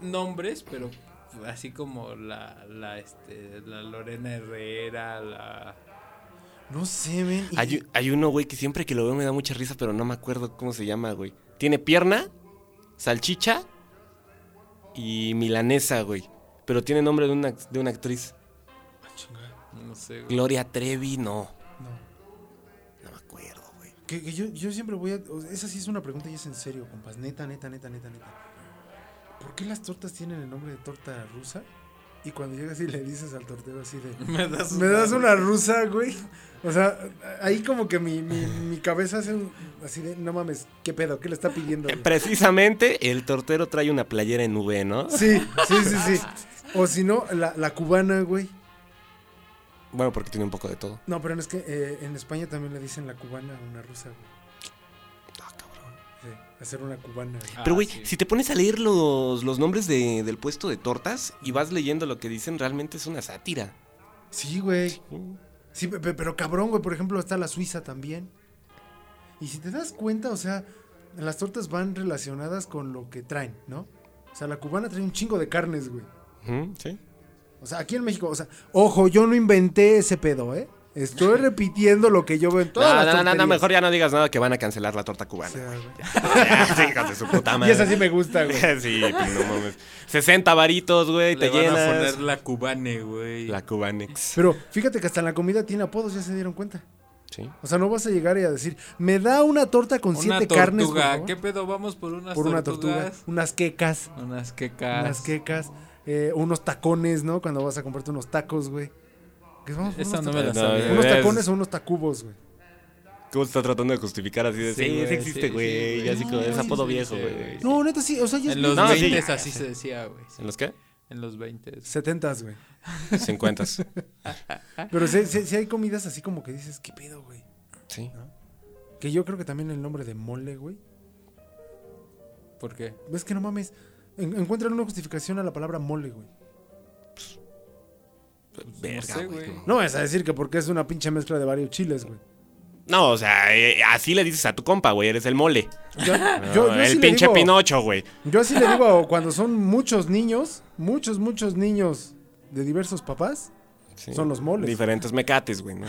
S3: nombres, pero así como la, la, este, la Lorena Herrera, la...
S2: No sé, men. y-
S4: Hay, hay uno, güey, que siempre que lo veo me da mucha risa, pero no me acuerdo cómo se llama, güey. Tiene pierna, salchicha y milanesa, güey. Pero tiene nombre de una, de una actriz.
S2: Ah,
S3: No sé, güey.
S4: Gloria Trevi, no.
S2: No.
S4: No me acuerdo, güey.
S2: Que, que yo, yo siempre voy a. o sea, Esa sí es una pregunta y es en serio, compas. Neta, neta, neta, neta, neta. ¿Por qué las tortas tienen el nombre de torta rusa? Y cuando llegas y le dices al tortero así de.
S3: Me das
S2: ¿Me das una rusa, güey? O sea, ahí como que mi, mi, mi cabeza hace un. Así de, no mames, ¿qué pedo? ¿Qué le está pidiendo?
S4: Eh,
S2: güey?"
S4: Precisamente el tortero trae una playera en V, ¿no?
S2: Sí, sí, sí, sí. O si no, la, la cubana, güey.
S4: Bueno, porque tiene un poco de todo.
S2: No, pero es que eh, en España también le dicen la cubana a una rusa, güey.
S4: Ah, cabrón.
S2: Sí, hacer una cubana, güey.
S3: Ah,
S4: Pero, güey,
S3: sí.
S4: si te pones a leer los, los nombres de- del puesto de tortas y vas leyendo lo que dicen, realmente es una sátira.
S2: Sí, güey.
S4: Mm.
S2: Sí, pe- pe- pero cabrón, güey, por ejemplo, está la Suiza también. Y si te das cuenta, o sea, las tortas van relacionadas con lo que traen, ¿no? O sea, la cubana trae un chingo de carnes, güey.
S4: Ujú, ¿Sí?
S2: O sea, aquí en México, o sea, ojo, yo no inventé ese pedo, ¿eh? Estoy repitiendo lo que yo veo en todas
S4: No,
S2: las
S4: no, no, no,
S2: torterías.
S4: mejor ya no digas nada que van a cancelar la torta
S2: O sea,
S4: cubana.
S2: güey.
S4: Sí, hijas de su puta
S2: Y
S4: madre.
S2: esa sí me gusta, güey.
S4: Sí, pues no mames. 60 varitos, güey,
S3: Le
S4: te
S3: van a
S4: llenas.
S3: poner la cubane, güey.
S4: La Cubanex.
S2: Pero fíjate que hasta en la comida tiene apodos, ya se dieron cuenta.
S4: Sí.
S2: O sea, no vas a llegar y a decir, me da una torta con
S3: Una
S2: siete
S3: tortuga.
S2: carnes, por favor".
S3: ¿Qué pedo? Vamos por unas
S2: por una tortuga,
S3: tortugas.
S2: unas quecas.
S3: Unas quecas.
S2: Unas quecas, eh, unos tacones, ¿no? Cuando vas a comprarte unos tacos, güey. ¿Qué vamos?
S3: Esa
S2: unos
S3: no me la
S4: No,
S3: sabía.
S4: eh,
S2: Unos
S4: Es-
S2: tacones o unos tacubos, güey.
S4: ¿Cómo se está tratando de justificar así de
S3: Sí,
S4: sí, sí,
S3: güey, sí,
S4: existe,
S3: sí,
S4: güey?
S3: güey.
S4: y así como
S2: No,
S4: es
S2: sí,
S4: apodo
S3: sí,
S4: viejo,
S3: sí,
S4: güey.
S3: güey.
S2: No, neta, sí. O sea, ya es
S3: En los
S4: No, sí,
S3: 20
S4: ya,
S3: así se decía, güey. sí.
S4: ¿En los qué?
S3: En los 20
S2: 70, güey.
S4: 50.
S3: Ah.
S2: Pero sí, sí- sí hay comidas así como que dices, ¿qué pedo, güey?
S4: Sí.
S2: Que yo creo que también el nombre de mole, güey.
S3: ¿Por qué?
S2: Es que no mames. en- encuentran una justificación a la palabra mole, güey.
S4: Verga,
S3: pues, sé,
S4: güey.
S3: güey.
S4: No.
S2: No vas a decir que porque es una pinche mezcla de varios chiles, güey.
S4: No, o sea, eh, así le dices a tu compa, güey. Eres el mole.
S2: Yo,
S4: No,
S2: yo- yo
S4: el
S2: sí le
S4: pinche
S2: digo-
S4: Pinocho, güey.
S2: Yo así le digo cuando son muchos niños, muchos, muchos niños de diversos papás,
S4: Sí.
S2: Son los moles.
S4: Diferentes mecates, güey. ¿no?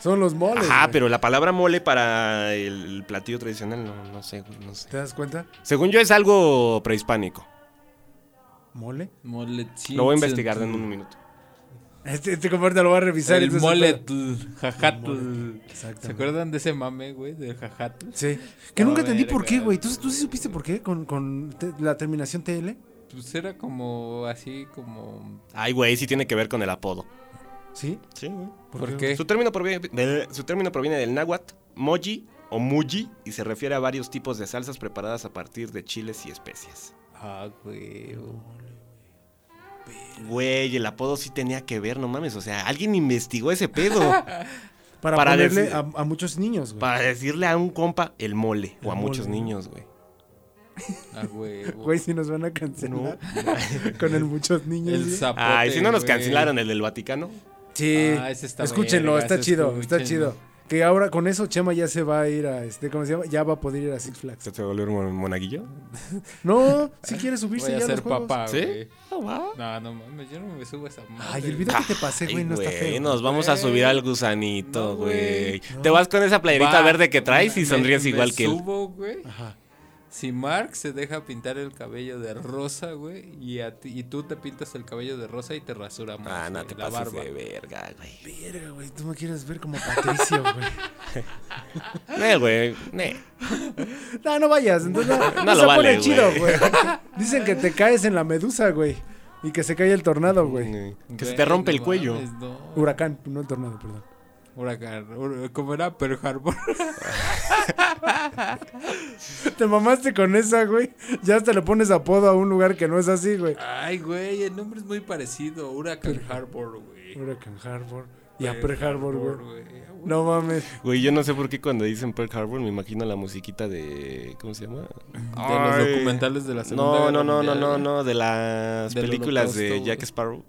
S2: son los moles.
S4: Ajá,
S2: güey.
S4: pero la palabra mole para el, el platillo tradicional, no, no sé, güey, no sé.
S2: ¿Te das cuenta?
S4: Según yo es algo prehispánico.
S2: Mole.
S3: Moletín.
S4: Lo voy a investigar en un minuto.
S2: Este, este compadre lo va a revisar.
S3: El
S2: entonces-
S3: moletl, jajatl.
S2: Exactamente.
S3: ¿Se acuerdan de ese mame, güey? Del jajatl.
S2: Sí. Que
S3: No,
S2: nunca entendí por
S3: verga,
S2: qué, güey. ¿Tú,
S3: güey.
S2: ¿Tú sí supiste por qué con, con te- la terminación TL?
S3: Pues era como así, como.
S4: Ay, güey, sí tiene que ver con el apodo.
S2: ¿Sí?
S4: Sí, güey.
S3: ¿Por,
S2: qué,
S3: qué?
S4: Su término, proviene del, su término proviene del náhuatl, moji o muji, y se refiere a varios tipos de salsas preparadas a partir de chiles y especias.
S3: Ah, güey.
S4: Güey, el apodo sí tenía que ver, no mames. O sea, alguien investigó ese pedo
S2: Para,
S4: Para
S2: ponerle
S4: decir-
S2: a, a muchos niños, güey.
S4: para decirle a un compa el mole o a
S2: El
S4: muchos
S2: mole.
S4: niños, güey.
S3: Ah, güey.
S2: Güey, si nos van a cancelar con el muchos niños.
S3: El
S2: güey.
S3: zapote.
S4: Ay, si no nos
S3: güey.
S4: cancelaron el del Vaticano.
S2: Sí.
S3: Ah, ese está
S2: Escúchenlo,
S3: verga,
S2: está
S3: ese
S2: chido, está
S3: escúchenlo.
S2: chido. Que ahora con eso Chema ya se va a ir a este, ¿cómo se llama? Ya va a poder ir a Six Flags.
S4: ¿Se te volvió un monaguillo?
S2: No, si quiere subirse
S3: Voy a
S2: ya a los
S3: ser
S2: juegos.
S3: papá,
S4: ¿Sí?
S3: güey. No, no mames, yo no me subo a esa madre.
S2: Ay, el video que te pasé, güey,
S4: Ay,
S2: no está
S4: güey,
S2: feo.
S4: nos vamos a subir al gusanito,
S3: No, güey.
S4: güey. Te vas con esa playerita
S3: Va,
S4: verde que traes y
S3: me-
S4: sonríes
S3: me
S4: igual que él.
S3: subo, güey.
S2: Ajá.
S3: Si Mark se deja pintar el cabello de rosa, güey, y, a ti- y tú te pintas el cabello de rosa y te rasuramos.
S4: Ah, no
S3: güey,
S4: te
S3: la
S4: pases
S3: barba.
S4: de verga, güey.
S2: Verga, güey, tú me quieres ver como Patricio, güey. Eh,
S4: Ne, güey, ne.
S2: No, no vayas. Entonces, no,
S4: No
S2: se
S4: lo
S2: pone
S4: vale,
S2: chido, güey.
S4: güey.
S2: Dicen que te caes en la medusa, güey. Y que se cae el tornado,
S4: Mm.
S2: güey.
S4: Que se
S3: Güey,
S4: te rompe el
S3: no
S4: cuello.
S3: mames, no.
S2: Huracán, no el tornado, perdón.
S3: Huracán. hur- ¿Cómo era? Pearl Harbor.
S2: Te mamaste con esa, güey. Ya hasta le pones apodo a un lugar que no es así, güey.
S3: Ay, güey, el nombre es muy parecido. Huracán Harbor, güey.
S2: Huracán Harbor. Y a Pearl Harbor, güey.
S3: güey.
S2: No mames.
S4: Güey, yo no sé por qué cuando dicen Pearl Harbor me imagino la musiquita de. ¿Cómo se llama?
S3: De los documentales de la Segunda
S4: No,
S3: Guerra
S4: no, no, no,
S3: Mundial,
S4: no,
S3: güey.
S4: no, de las
S3: Del
S4: películas de
S3: Holocausto,
S4: Jack
S3: güey.
S4: Sparrow.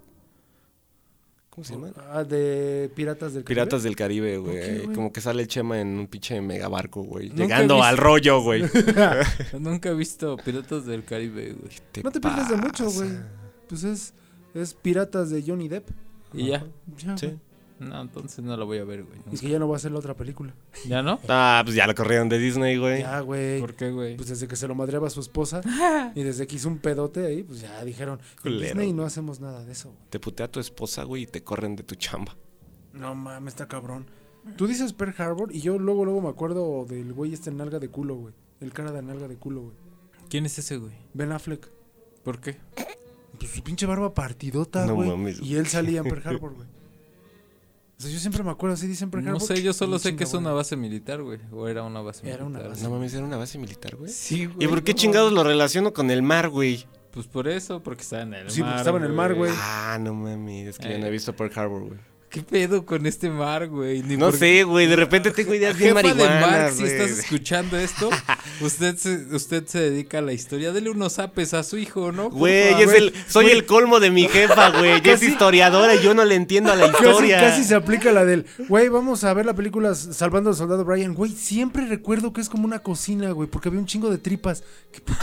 S4: ¿Cómo se llama?
S2: Ah, de Piratas del Caribe.
S4: Piratas del Caribe,
S2: qué,
S4: güey.
S2: güey?
S4: Como que sale el Chema en un pinche megabarco, güey.
S2: Nunca he
S4: Llegando al
S2: visto-
S4: rollo, güey.
S3: Nunca he visto Piratas del Caribe, güey.
S2: No te pierdes de mucho,
S4: pasa?
S2: güey. Pues es, es Piratas de Johnny Depp.
S3: Y ya.
S2: Ya,
S4: Sí.
S2: güey.
S3: No, entonces no la voy a ver, güey.
S2: Y es que ya no va a ser la otra película.
S3: ¿Ya no?
S4: Ah, pues ya lo corrieron de Disney, güey.
S2: Ya, güey.
S3: ¿Por qué, güey?
S2: Pues desde que se lo madreaba a su esposa y desde que hizo un pedote ahí, pues ya dijeron, en
S4: Culero,
S2: Disney
S4: güey.
S2: no hacemos nada de eso. güey".
S4: Te putea tu esposa, güey, y te corren de tu chamba.
S2: No mames, está cabrón. Tú dices Pearl Harbor y yo luego luego me acuerdo del güey este nalga de culo, güey. El cara de nalga de culo, güey.
S3: ¿Quién es ese, güey?
S2: Ben Affleck.
S3: ¿Por qué?
S2: Pues su pinche barba partidota,
S4: No
S2: güey.
S4: mames,
S2: y él salía en Pearl Harbor, güey. O sea, yo siempre me acuerdo así, dicen Pearl
S3: No
S2: Harbor.
S3: sé, yo solo
S2: y
S3: sé que es
S2: chinga,
S3: una
S2: güey.
S3: base militar, güey. O era una base
S2: Era una
S3: militar.
S2: base.
S4: No mames, era una base militar, güey.
S3: Sí, güey.
S4: ¿Y por qué
S3: no.
S4: chingados lo relaciono con el mar, güey?
S3: Pues por eso, porque estaba en el
S2: Sí, porque
S3: mar.
S2: estaba en el mar, güey.
S4: Ah, no mames, es que yo no he
S3: Pues Eh.
S4: visto Pearl Harbor, güey.
S3: ¿Qué pedo con este mar, güey? Ni
S4: No
S3: por-
S4: sé, güey, de repente tengo ideas bien
S3: Jefa de mar,
S4: marihuanas,
S3: si
S4: güey.
S3: estás escuchando esto, usted se, usted se dedica a la historia. Dele unos apes a su hijo, ¿no? Por
S4: Güey,
S3: favor.
S4: es el, soy el colmo de mi jefa, güey. Ella es historiadora y yo no le entiendo a la
S2: Casi,
S4: historia.
S2: casi se aplica la del, güey, vamos a ver la película Salvando al Soldado Brian. Güey, siempre recuerdo que es como una cocina, güey, porque había un chingo de tripas. Qué puta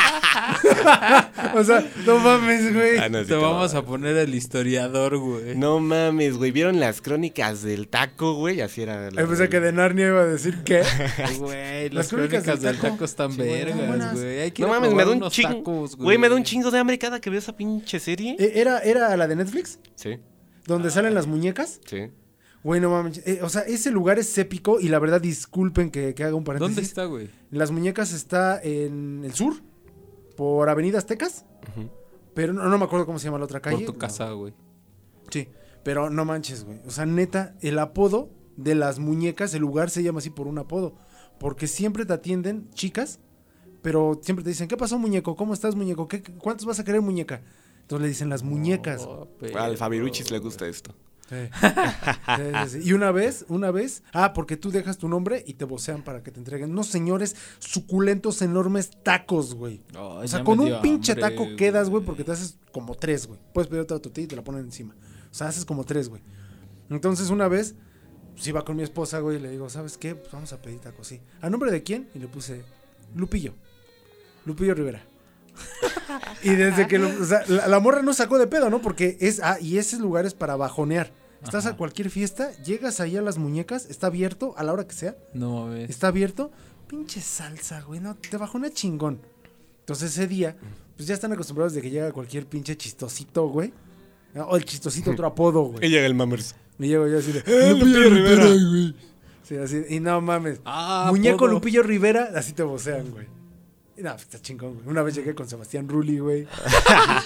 S2: madre. o sea, no mames, güey.
S4: Ah, no, sí
S3: Te vamos
S4: va.
S3: a poner el historiador, güey.
S4: No mames, güey. ¿Vieron las crónicas del taco, güey? Así era. la-
S2: Ay, pensé que de Narnia iba a decir que.
S3: Güey,
S2: Las
S3: las
S2: crónicas
S3: crónicas,
S2: del
S3: del
S2: taco.
S3: taco, están
S2: Sí, güey, están buenas.
S3: vergas, güey. Hay que ir
S4: No
S3: a
S4: mames, me
S3: probar
S4: da un
S3: unos
S4: chingo.
S3: tacos,
S4: Güey, me da un chingo de hambre cada que veo esa pinche serie.
S2: Eh, ¿Era, ¿Era la de Netflix?
S4: Sí,
S2: ¿Donde salen las muñecas?
S4: sí.
S2: Güey, no mames. eh, o sea, ese lugar es épico y la verdad, disculpen que, que haga un paréntesis.
S3: ¿Dónde está, güey?
S2: Las muñecas está en el sur, por Avenida Aztecas. Pero no, no me acuerdo cómo se llama la otra calle.
S3: Por tu casa, güey.
S2: Sí, pero no manches, güey. O sea, neta, el apodo de las muñecas, el lugar se llama así por un apodo. Porque siempre te atienden chicas, pero siempre te dicen, ¿qué pasó, muñeco? ¿Cómo estás, muñeco? ¿Qué, ¿Cuántos vas a querer, muñeca? Entonces le dicen las muñecas.
S3: Oh, pero-
S4: Al Fabiruchis le gusta esto.
S2: Sí. Sí, sí, sí. Y una vez, una vez, ah, porque tú dejas tu nombre y te vocean para que te entreguen unos señores suculentos, enormes tacos, güey.
S3: Ay,
S2: O sea,
S3: ya
S2: con
S3: me
S2: un
S3: dio
S2: pinche
S3: hambre,
S2: taco quedas, güey, porque te haces como tres, güey. Puedes pedir otra tortilla y te la ponen encima. O sea, haces como tres, güey. Entonces, una vez, pues iba con mi esposa, güey, y le digo, ¿sabes qué? Pues vamos a pedir tacos, sí. ¿A nombre de quién? Y le puse Lupillo. Lupillo Rivera. y desde que lo- o sea, la, la morra no sacó de pedo, ¿no? Porque es, ah, y ese lugar es para bajonear. Estás a cualquier fiesta, llegas ahí a las muñecas, está abierto a la hora que sea.
S3: No mames.
S2: Está abierto. Pinche salsa, güey. No, te bajó una chingón. Entonces ese día, pues ya están acostumbrados de que llega cualquier pinche chistosito, güey. Ah, O el chistosito, otro apodo, güey.
S4: llega el Mammers.
S2: Y llego yo así de.
S3: ¡Eh,
S2: Lupillo Rivera, güey. Sí, así. Y no mames.
S3: Ah,
S2: Muñeco
S3: apodo.
S2: Lupillo Rivera, así te vocean, güey. Y no, pues, está chingón, güey. Una vez llegué con Sebastián Rulli, güey.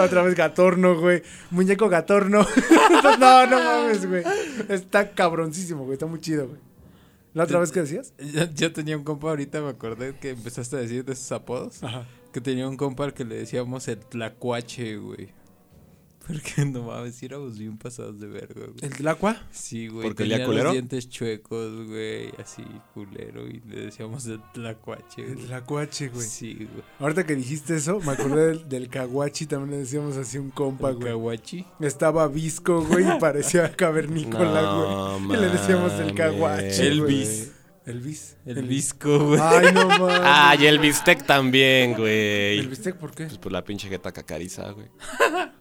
S2: Otra vez Gatorno, güey. Muñeco Gatorno. no, no mames, güey. Está cabroncísimo, güey. Está muy chido, güey. ¿La otra vez que decías?
S3: Yo, yo tenía un compa ahorita, me acordé que empezaste a decir
S2: Ah.
S3: de esos apodos. Que tenía un compa al que le decíamos el tlacuache, güey. Porque no mames, sí éramos bien pasados de verga, güey.
S2: ¿El del agua?
S3: Sí, güey.
S4: ¿Porque
S3: tenía
S4: olía culero?
S3: los dientes chuecos, güey. Así, culero. Y le decíamos el tlacuache,
S2: El
S3: güey.
S2: del acuache, güey.
S3: Sí, güey.
S2: Ahorita que dijiste eso, me acordé del, del caguachi, también le decíamos así un compa,
S3: El
S2: güey.
S3: caguachi.
S2: Estaba visco, güey, y parecía cavernícola,
S4: No,
S2: güey. Y le decíamos el
S4: mames.
S2: caguache.
S3: Elvis.
S2: El bis.
S3: El visco, güey.
S2: Ay, no mames.
S4: Ay, Ah, el bistec también, güey.
S2: ¿El bistec por qué?
S4: Pues por la pinche jeta cacariza, güey.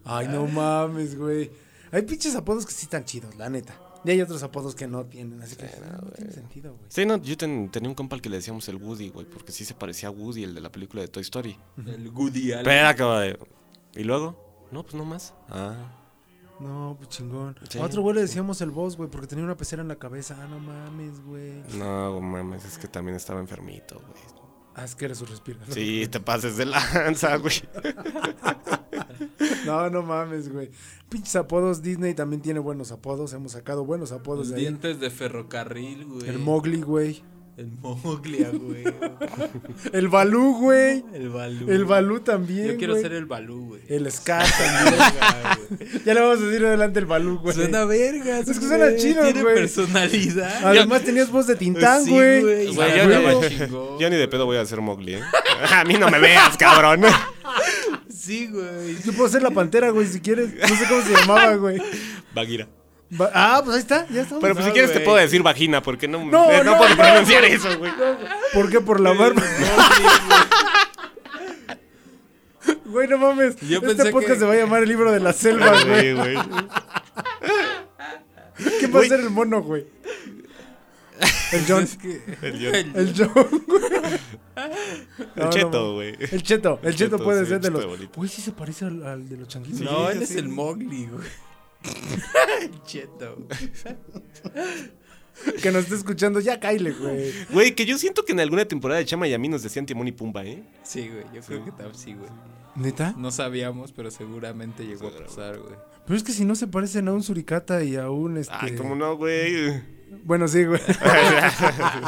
S2: Ay, no mames, güey. Hay pinches apodos que sí están chidos, la neta. Y hay otros apodos que no tienen, así que no, tiene sentido, güey.
S4: Sí, no, yo ten- tenía un compa al que le decíamos el Woody, güey, porque sí se parecía a Woody, el de la película de Toy Story.
S3: El Goody
S4: Pero era como de... ¿Y luego? No, pues no más. Ah.
S2: No, pues chingón.
S4: Sí.
S2: A otro güey le decíamos el boss, güey, porque tenía una pecera en la cabeza. Ah, no mames, güey.
S4: No, mames, es que también estaba enfermito, güey.
S2: Ah, es que era su respiración.
S4: Sí, te pases de lanza, güey.
S2: No, no mames, güey. Pinches apodos. Disney también tiene buenos apodos. Hemos sacado buenos apodos
S3: Los
S2: de ahí.
S3: dientes de ferrocarril, güey.
S2: El Mowgli, güey.
S3: El Moglia, güey.
S2: El Balú, güey.
S3: El Balú.
S2: El Balú también.
S3: Yo quiero
S2: güey.
S3: ser el Balú, güey.
S2: El Scar también.
S3: Verga, güey.
S2: ya le vamos a decir adelante el Balú, güey.
S3: Suena verga.
S2: Es que suena chido,
S3: Tiene
S2: güey.
S3: personalidad.
S2: Además tenías voz de Tintán,
S3: Sí,
S2: güey.
S3: güey.
S4: Güey,
S3: Ah,
S4: yo,
S3: güey,
S4: ni-
S2: Oh.
S3: chingón,
S4: yo ni de pedo voy a ser Mowgli, ¿eh? A mí no me veas, cabrón.
S3: Sí, güey.
S2: Yo puedo ser la pantera, güey, si quieres. No sé cómo se llamaba, güey.
S4: Bagheera.
S2: Va- Ah, pues ahí está, ya estamos.
S4: Pero pues si
S3: No,
S4: quieres te
S3: güey.
S4: puedo decir vagina, porque no,
S2: No,
S4: eh, no
S2: no,
S4: puedo
S2: no,
S4: pronunciar eso, güey.
S2: ¿Por qué? Por la barba. Güey, no mames.
S3: Yo
S2: este
S3: pensé
S2: podcast
S3: que-
S2: se va a llamar el libro de la selva, güey.
S4: Sí, güey.
S2: ¿Qué va a
S4: Güey.
S2: ser el mono, güey? El John.
S4: El, yo- el
S2: El John, güey. No, no,
S4: cheto,
S2: no.
S4: güey.
S2: El cheto, el cheto
S4: Cheto,
S2: puede
S4: sí,
S2: ser de
S4: cheto
S2: los.
S4: bonito.
S2: Güey, sí se parece al, al de los changuitos.
S3: No,
S4: sí,
S3: él es
S4: sí.
S3: el Mowgli, güey. Cheto. güey.
S2: Que nos está escuchando, ya caile, güey.
S4: Güey, que yo siento que en alguna temporada de Chama y a mí nos decían Timón y Pumba, ¿eh?
S3: Sí, güey. Yo creo que también sí, güey.
S2: ¿Neta?
S3: No sabíamos, pero seguramente llegó a pasar, güey.
S2: Pero es que si no se parecen a un suricata y a un este.
S4: Ay, cómo no, güey.
S2: Bueno, sí, güey.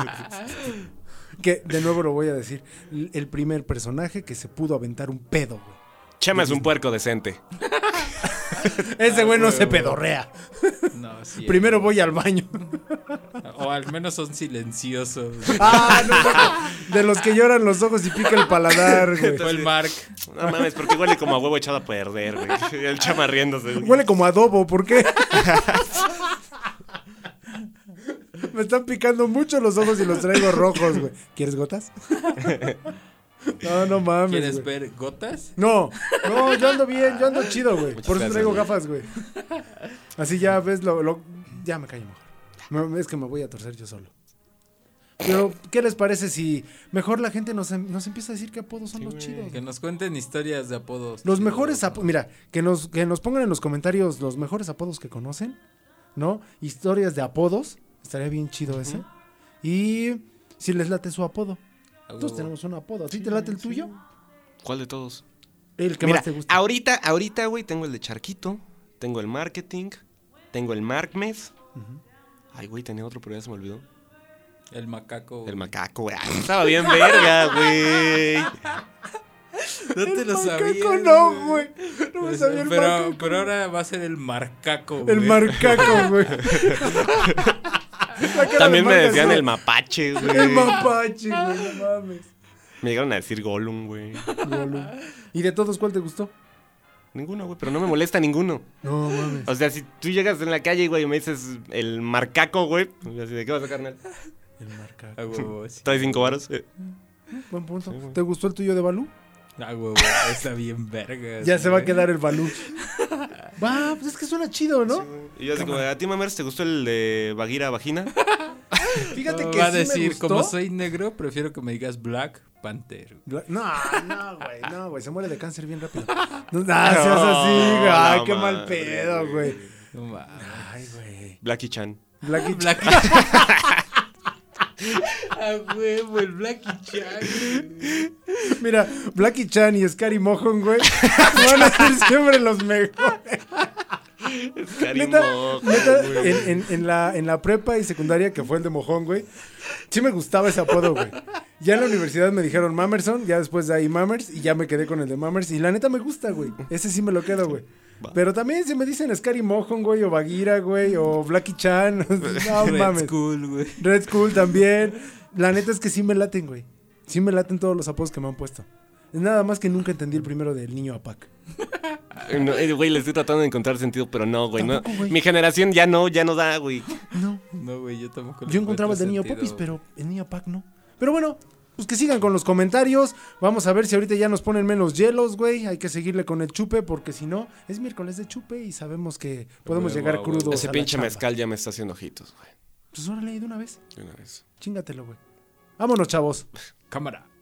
S2: que de nuevo lo voy a decir. l- El primer personaje que se pudo aventar un pedo, güey.
S4: Chama es un puerco decente.
S2: Ese
S3: Ah,
S2: güey no
S3: güey,
S2: se
S3: güey.
S2: pedorrea.
S3: No, sí.
S2: Primero voy al baño.
S3: O al menos son silenciosos.
S2: ah, no, no, no. De los que lloran los ojos y pica el paladar, güey.
S3: Fue el Mark.
S4: No mames, porque huele como a huevo echado a perder, güey. El Chama riéndose. güey.
S2: Huele como adobo, ¿por qué? Me están picando mucho los ojos y los traigo rojos, güey. ¿Quieres gotas? No, no mames.
S3: ¿Quieres
S2: güey.
S3: ver gotas?
S2: No, no, yo ando bien, yo ando chido, güey.
S4: Muchas
S2: Por eso
S4: gracias,
S2: traigo
S4: güey.
S2: gafas, güey. Así ya ves lo. lo- ya me callo mejor. Me- es que me voy a torcer yo solo. Pero, ¿qué les parece si mejor la gente nos, em- nos empieza a decir qué apodos son los chidos?
S3: Que nos cuenten historias de apodos.
S2: Los
S3: chidos,
S2: mejores
S3: ¿no?
S2: apodos. Mira, que nos, que nos pongan en los comentarios los mejores apodos que conocen, ¿no? Historias de apodos. Estaría bien chido ese. Y si les late su apodo.
S3: A huevo.
S2: Todos tenemos un apodo. ¿A ti te late el tuyo?
S4: ¿Cuál de todos?
S2: El que
S4: Mira,
S2: más te gusta.
S4: ahorita, ahorita, güey, tengo el de Charquito, tengo el marketing, tengo el Markmes. Ay, güey, tenía otro, pero ya se me olvidó.
S3: El macaco.
S2: Oh.
S4: El macaco, güey. Ay, Estaba bien verga, güey.
S3: No te lo sabías.
S2: Macaco no, güey. No me sabía el
S3: Este, pero,
S2: macaco.
S3: pero ahora va a ser el marcaco.
S2: El
S3: güey.
S2: marcaco, güey. La cara
S4: También
S2: de
S4: me
S2: marca,
S4: decían
S2: ¿no?
S4: el mapache,
S2: El
S4: güey.
S2: mapache, güey, no mames.
S4: Me llegaron a decir Gollum, güey.
S2: Golum. ¿Y de todos cuál te gustó?
S4: Ninguno, güey, pero no me molesta ninguno.
S2: No mames.
S4: O sea, si tú llegas en la calle, güey, y me dices el marcaco, güey, yo así de qué vas a carnal.
S2: El marcaco.
S3: A huevo, sí.
S4: Trae cinco varos. Eh,
S2: Buen punto. ¿Te gustó el tuyo de Balú?
S3: A huevo, está bien verga.
S2: Ya se va a
S3: güey.
S2: quedar el Balú. Va, pues es que suena chido, ¿no?
S4: Y yo así como, ¿a ti, mamers, te gustó el de Baguira Vagina?
S2: Fíjate
S3: No,
S2: que
S3: va a
S2: sí
S3: decir,
S2: me gustó.
S3: como soy negro, prefiero que me digas Black Panther. güey.
S2: No, no, güey, no, güey, se muere de cáncer bien rápido. No, nah, seas así, güey. Ay,
S4: no
S2: qué mal
S4: mames,
S2: pedo, güey.
S3: No mames.
S2: Ay, güey.
S4: Blackie Chan.
S2: Blacky
S3: Black A huevo, el Black y Chan.
S2: Mira, Blacky Chan y Scary Mojon, güey, van a ser siempre los mejores. Neta,
S4: Carimo,
S2: neta, en, en- en la, en la prepa y secundaria, que fue el de Mojón, güey, sí me gustaba ese apodo, güey. Ya en la universidad me dijeron Mamerson, ya después de ahí Mamers, y ya me quedé con el de Mammers, y la neta me gusta, güey. Ese sí me lo quedo, güey.
S4: Va.
S2: Pero también si me dicen Scary Mojon, güey, o Bagheera, güey, o Blackie Chan, no
S3: Red
S2: mames.
S3: Skull, güey.
S2: Red Skull también. La neta es que sí me laten, güey. Sí me laten todos los apodos que me han puesto. Nada más que nunca entendí el primero del niño Apac.
S4: No, eh, güey, le estoy tratando de encontrar sentido, pero no, güey. No.
S2: Tampoco, güey.
S4: Mi generación ya no, ya no da, güey.
S2: No,
S3: No, güey, yo tampoco. le
S2: yo encontraba el del niño
S3: encuentro
S2: Popis,
S3: sentido.
S2: pero el niño Apac no. Pero bueno, pues que sigan con los comentarios. Vamos a ver si ahorita ya nos ponen menos hielos, güey. Hay que seguirle con el chupe, porque si no, es miércoles de chupe y sabemos que podemos
S3: Huevo,
S2: llegar
S3: a huevo.
S2: crudos. a
S4: Ese
S2: la
S4: pinche
S2: chamba.
S4: mezcal ya me está haciendo ojitos, güey.
S2: Pues órale, de una vez.
S4: De una vez.
S2: Chingatelo, güey. Vámonos, chavos.
S3: Cámara.